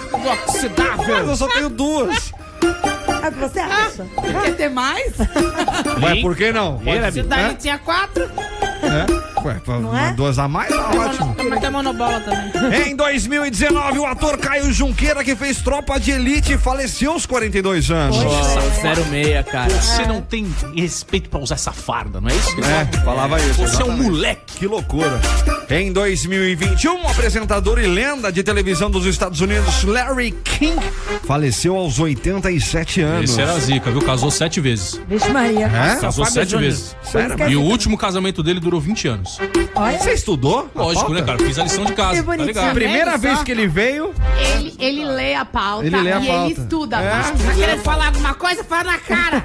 Speaker 1: Mas eu só tenho duas.
Speaker 3: É o que você acha?
Speaker 21: Quer ter mais?
Speaker 1: Mas por que não? Pode
Speaker 2: Se
Speaker 1: ser.
Speaker 2: o Dali tinha quatro, Tá
Speaker 1: É? Ué, pra- duas a mais, tá ótimo.
Speaker 2: mas tem monobola também.
Speaker 1: Em 2019, o ator Caio Junqueira, que fez Tropa de Elite, faleceu aos 42 anos.
Speaker 8: Nossa, 06, cara. Você
Speaker 1: É.
Speaker 8: não tem respeito pra usar essa farda, não é isso?
Speaker 1: É, falava isso.
Speaker 8: Você é um
Speaker 1: exatamente.
Speaker 8: moleque.
Speaker 1: Que loucura. Em 2021, o um, apresentador e lenda de televisão dos Estados Unidos, Larry King, faleceu aos 87 anos.
Speaker 8: Esse era a zica, viu? Casou sete vezes.
Speaker 3: Vixe Maria.
Speaker 8: Casou sete vezes.
Speaker 1: Sério?
Speaker 8: E o último casamento dele durou 20 anos.
Speaker 1: Você estudou? a
Speaker 8: Lógico,
Speaker 1: pauta?
Speaker 8: né, cara? Fiz a lição de casa. Tá
Speaker 1: né?
Speaker 8: ligado?
Speaker 1: Primeira vez que ele veio,
Speaker 21: Ele, ele lê a pauta
Speaker 1: Ele lê a
Speaker 21: e
Speaker 1: pauta.
Speaker 21: ele estuda a
Speaker 1: É.
Speaker 21: pauta.
Speaker 1: Tá
Speaker 21: querendo falar alguma coisa? Fala na cara.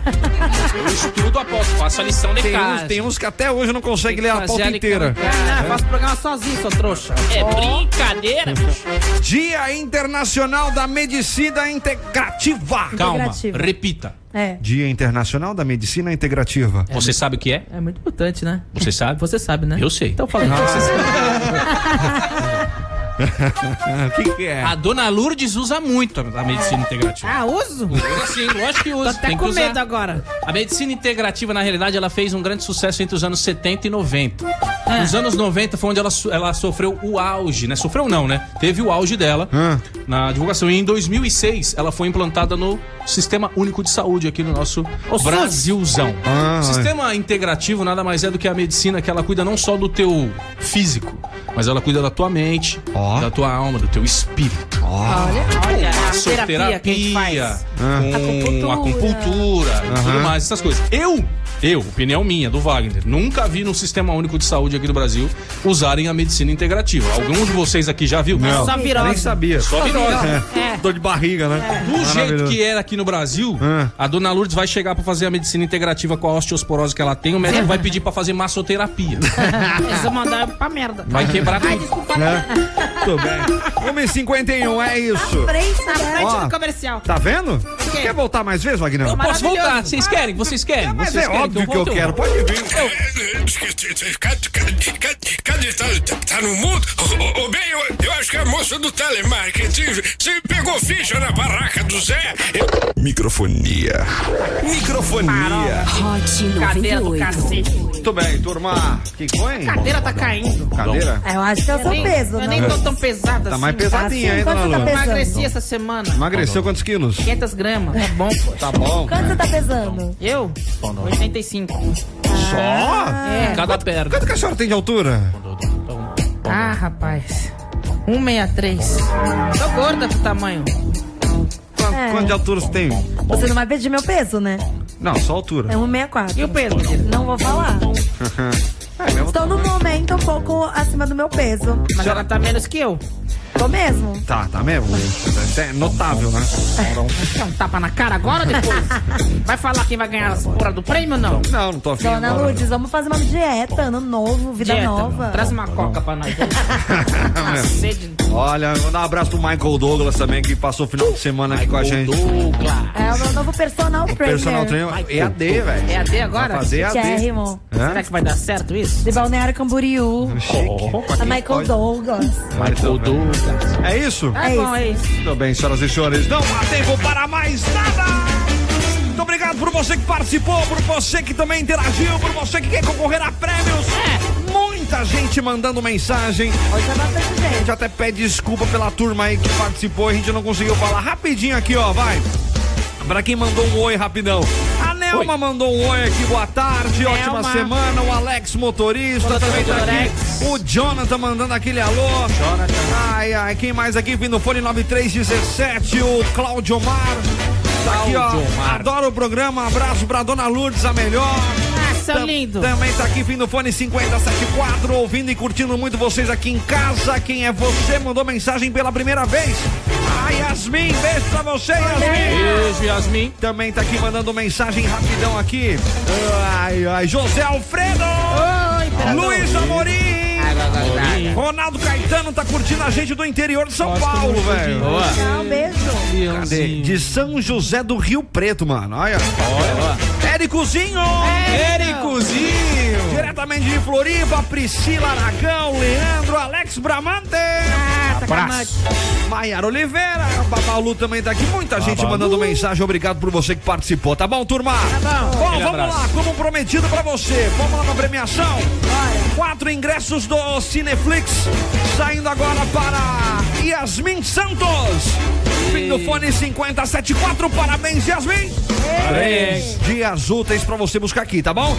Speaker 8: Eu estudo, aposto, faço a lição de
Speaker 1: tem uns,
Speaker 8: casa.
Speaker 1: tem uns que até hoje não consegue ler a
Speaker 8: fazer
Speaker 1: pauta
Speaker 8: a lição
Speaker 1: inteira.
Speaker 8: de casa.
Speaker 2: Ah, faço programa sozinho, sua trouxa.
Speaker 8: né? É brincadeira, bicho.
Speaker 1: Dia Internacional da Medicina Integrativa.
Speaker 8: Calma, repita.
Speaker 3: É.
Speaker 1: Dia Internacional da Medicina Integrativa.
Speaker 8: Você sabe o que é?
Speaker 2: É muito importante, né?
Speaker 8: Você sabe?
Speaker 2: Você sabe, né?
Speaker 8: Eu sei.
Speaker 2: Então fala.
Speaker 8: Você sabe.
Speaker 1: O que, que é?
Speaker 8: A dona Lourdes usa muito a a medicina integrativa.
Speaker 2: Ah, uso?
Speaker 8: Usa sim, lógico que usa.
Speaker 2: Tô até
Speaker 8: Tem que
Speaker 2: com
Speaker 8: usar.
Speaker 2: medo agora.
Speaker 8: A medicina integrativa, na realidade, ela fez um grande sucesso entre os anos 70 e 90.
Speaker 2: Ah.
Speaker 8: Nos anos 90 foi onde ela, so- ela sofreu o auge, né? Sofreu não, né? Teve o auge dela na divulgação. E em 2006, ela foi implantada no Sistema Único de Saúde aqui no nosso
Speaker 7: O SUS.
Speaker 8: Brasilzão.
Speaker 7: Ah,
Speaker 8: O sistema integrativo nada mais é do que a medicina que ela cuida não só do teu físico, mas ela cuida da tua mente, da tua alma, do teu espírito.
Speaker 2: Olha, olha a
Speaker 8: Massoterapia,
Speaker 2: terapia que a gente faz.
Speaker 8: com acupuntura, e tudo
Speaker 2: Aham.
Speaker 8: mais, essas coisas. Eu, eu, opinião minha, do Wagner, nunca vi no Sistema Único de Saúde aqui do Brasil usarem a medicina integrativa. Algum de vocês aqui já viu?
Speaker 1: Não,
Speaker 2: Só virose.
Speaker 1: nem sabia. É.
Speaker 8: Só
Speaker 1: Só
Speaker 8: virose.
Speaker 2: É.
Speaker 1: virose. Dor de barriga, né?
Speaker 8: Do jeito
Speaker 1: Maravilhoso.
Speaker 8: que era aqui no Brasil,
Speaker 2: É.
Speaker 8: a dona Lourdes vai chegar pra fazer a medicina integrativa com a osteosporose que ela tem, o médico vai pedir pra fazer massoterapia.
Speaker 2: Eles vão mandar pra merda.
Speaker 8: Vai quebrar
Speaker 2: Ai,
Speaker 8: tudo.
Speaker 2: desculpa.
Speaker 1: Né? Tudo bem. 1h51, é isso.
Speaker 2: Na frente
Speaker 1: Ó,
Speaker 2: do comercial.
Speaker 1: Tá vendo? Quer voltar mais vezes, Wagner?
Speaker 8: Eu posso voltar, vocês querem? Vocês querem?
Speaker 1: Mas
Speaker 8: Vocês
Speaker 1: é
Speaker 8: querem
Speaker 1: óbvio que eu
Speaker 8: volte?
Speaker 1: quero, pode vir.
Speaker 14: Cadê, cadê, cadê, cadê tá, tá- tá no mundo? Ô, ô, ô, bem, eu, eu acho que é a moça do telemarketing. Você pegou ficha na barraca do Zé?
Speaker 4: Microfonia.
Speaker 1: Microfonia.
Speaker 2: Hot Cadeira do cacete.
Speaker 1: Muito bem, turma. Que foi?
Speaker 2: Cadeira tá caindo.
Speaker 1: Cadeira?
Speaker 3: Eu acho que é o seu
Speaker 2: nem-
Speaker 3: peso,
Speaker 2: Eu
Speaker 3: né?
Speaker 2: nem tô tão pesada
Speaker 1: Tá
Speaker 2: assim.
Speaker 1: mais pesadinha, hein, dona Lu?
Speaker 2: Emagreci essa semana.
Speaker 1: Emagreceu quantos quilos?
Speaker 2: 500 gramas. É bom, pô.
Speaker 1: Tá bom.
Speaker 3: Quanto você tá pesando?
Speaker 2: Eu?
Speaker 1: Tá
Speaker 2: 85.
Speaker 1: Só?
Speaker 2: É.
Speaker 8: Cada perna.
Speaker 1: Quanto que a senhora tem de altura?
Speaker 2: Ah, rapaz. 163. Tô gorda pro tamanho.
Speaker 1: Quanto,
Speaker 3: É.
Speaker 1: quanto de altura você tem?
Speaker 3: Você não vai pedir meu peso, né?
Speaker 1: Não, só altura.
Speaker 3: É 1,64.
Speaker 2: E o peso?
Speaker 1: Tá
Speaker 3: Não vou falar.
Speaker 1: [LAUGHS] é mesmo?
Speaker 3: Estou no momento um pouco acima do meu peso.
Speaker 2: Mas ela tá menos que eu.
Speaker 3: Tô mesmo.
Speaker 1: Tá, tá mesmo? É notável, né?
Speaker 2: Quer um tapa na cara agora ou
Speaker 1: [LAUGHS]
Speaker 2: depois? Vai falar quem vai ganhar essa porra do prêmio ou não?
Speaker 1: Não, não tô afim.
Speaker 3: Dona
Speaker 1: agora.
Speaker 3: Lourdes, vamos fazer uma dieta, ano novo, vida
Speaker 2: Dieta,
Speaker 3: nova.
Speaker 2: Traz uma
Speaker 1: Tá
Speaker 2: coca pra nós. Tá
Speaker 1: [LAUGHS]
Speaker 2: Sede.
Speaker 1: Olha, mandar um abraço pro Michael Douglas também, que passou o final de semana aqui com a gente.
Speaker 3: É o meu novo personal trainer.
Speaker 1: Personal trainer. EAD, velho.
Speaker 2: É AD agora?
Speaker 1: Vai fazer AD.
Speaker 3: Térrimo.
Speaker 1: Hã?
Speaker 2: Será que vai dar certo isso?
Speaker 3: De Balneário
Speaker 1: [LAUGHS]
Speaker 3: Camboriú.
Speaker 1: Chique.
Speaker 3: A Michael Douglas.
Speaker 1: Michael Douglas. É isso?
Speaker 2: Tá bom, é isso.
Speaker 1: Muito bem, senhoras e senhores, não há tempo para mais nada! Muito obrigado por você que participou, por você que também interagiu, por você que quer concorrer a prêmios. Muita gente mandando mensagem. A gente até pede desculpa pela turma aí que participou, a gente não conseguiu falar. Rapidinho aqui, ó, vai. Pra quem mandou um oi rapidão. A Nelma mandou um oi aqui, boa tarde, ótima
Speaker 2: Nelma.
Speaker 1: semana. O Alex Motorista também tá aqui. O Jonathan mandando aquele alô. Ai, ai, quem mais aqui? Vindo fone 9317, o Claudio Mar. Tá aqui, ó.
Speaker 8: Claudio Mar.
Speaker 1: Adoro o programa. Abraço pra Dona Lourdes, a melhor.
Speaker 2: Ah, seu
Speaker 1: Tam-
Speaker 2: lindo.
Speaker 1: Também tá aqui, vindo fone 5074, ouvindo e curtindo muito vocês aqui em casa. Quem é você? Mandou mensagem pela primeira vez. A Yasmin, beijo pra você, Yasmin.
Speaker 8: Beijo, Yasmin.
Speaker 1: Também tá aqui mandando mensagem rapidão aqui. Ai, ai, José Alfredo! Luiz Amorim! Ronaldo Caetano tá curtindo a gente do interior de São Paulo, velho.
Speaker 3: Tchau, beijo.
Speaker 1: Cadê? De São José do Rio Preto, mano. Olha. Éricozinho!
Speaker 8: Éricozinho!
Speaker 1: Diretamente de Floripa, Priscila Aragão, Leandro, Alex Bramante! Ah, tá Abraço. Maiara Oliveira, Babalu também tá aqui. Muita gente mandando mensagem. Obrigado por você que participou, tá bom, turma? Tá bom.
Speaker 8: Aquele
Speaker 1: vamos
Speaker 8: abraço.
Speaker 1: lá, como prometido pra você. Vamos lá na premiação. Quatro ingressos do Cineflix saindo agora para Yasmin Santos. Fim do fone 5074. Parabéns, Yasmin. Três dias úteis pra você buscar aqui, tá bom?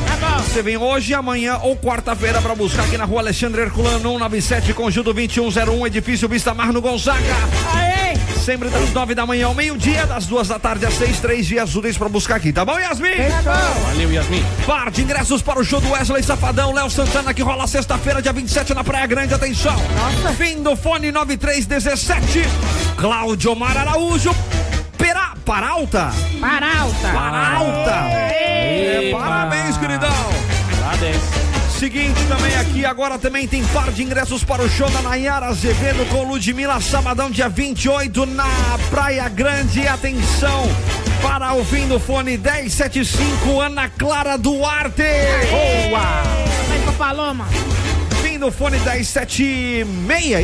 Speaker 1: Você vem hoje, amanhã ou quarta-feira pra buscar aqui na rua Alexandre Herculano 197, conjunto 2101, edifício Vista Mar no Gonzaga. Sempre das nove da manhã ao meio-dia, das duas da tarde às seis, três dias úteis pra buscar aqui, tá bom, Yasmin?
Speaker 8: Valeu, Yasmin.
Speaker 1: Par de ingressos para o show do Wesley Safadão, Léo Santana, que rola sexta-feira, dia 27, na Praia Grande. Atenção! Fim do fone 9317. Cláudio Omar Araújo. Pera, Paralta.
Speaker 2: Paralta.
Speaker 1: Tá Paralta. É, parabéns, queridão. Seguinte também aqui, agora também tem par de ingressos para o show da Nayara Azevedo com Ludmilla Sabadão, dia 28, na Praia Grande. Atenção para o fim do fone 1075, Ana Clara Duarte. Boa!
Speaker 2: Vai pra Paloma.
Speaker 1: Fim do fone 1076,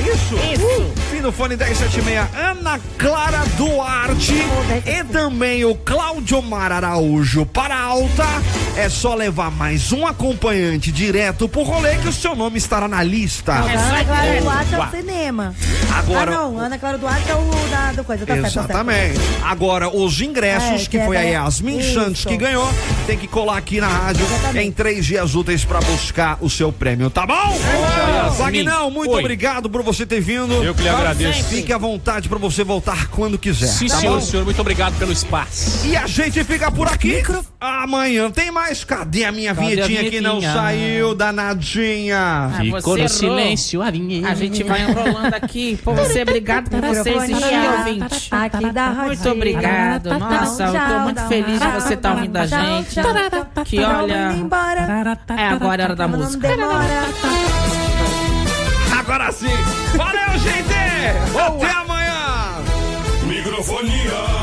Speaker 1: isso? Isso. Uh, fim do fone 1076, Ana Clara Duarte e também o Cláudio Mar Araújo para alta. É só levar mais um acompanhante direto pro rolê que o seu nome estará na lista.
Speaker 3: Não, Ana Clara Duarte é o cinema.
Speaker 1: Agora-
Speaker 3: É Ah, não, Ana Clara Duarte é o da, do coisa, tá certo, tá certo.
Speaker 1: Exatamente. Agora, os ingressos,
Speaker 3: É,
Speaker 1: que
Speaker 3: que
Speaker 1: foi a
Speaker 3: é da-
Speaker 1: Yasmin
Speaker 3: Isso.
Speaker 1: Santos que ganhou, tem que colar aqui na rádio em três dias úteis pra buscar o seu prêmio, tá bom? Zagnão, muito
Speaker 8: Oi.
Speaker 1: obrigado por você ter vindo.
Speaker 8: Eu que lhe agradeço.
Speaker 1: Fique à vontade pra você voltar quando quiser.
Speaker 8: Sim,
Speaker 1: tá
Speaker 8: senhor,
Speaker 1: bom?
Speaker 8: senhor. Muito obrigado pelo espaço.
Speaker 1: E a gente fica por aqui. Amanhã tem mais. Cadê a minha
Speaker 8: Cadê a
Speaker 1: vinhetinha que não
Speaker 8: vinhetinha?
Speaker 1: saiu, danadinha?
Speaker 2: Ah, Ficou você no errou. silêncio
Speaker 8: a vinheta.
Speaker 2: A gente vai enrolando aqui. Pô, você, obrigado por você existir, ouvinte.
Speaker 3: Tá Aqui da Rádio.
Speaker 2: Muito obrigado. Nossa, eu tô muito feliz de você estar ouvindo a gente. Que olha. É agora a hora da música.
Speaker 3: Ah. [LAUGHS]
Speaker 1: Agora sim. Valeu, gente! Até amanhã!
Speaker 14: Microfonia.
Speaker 6: um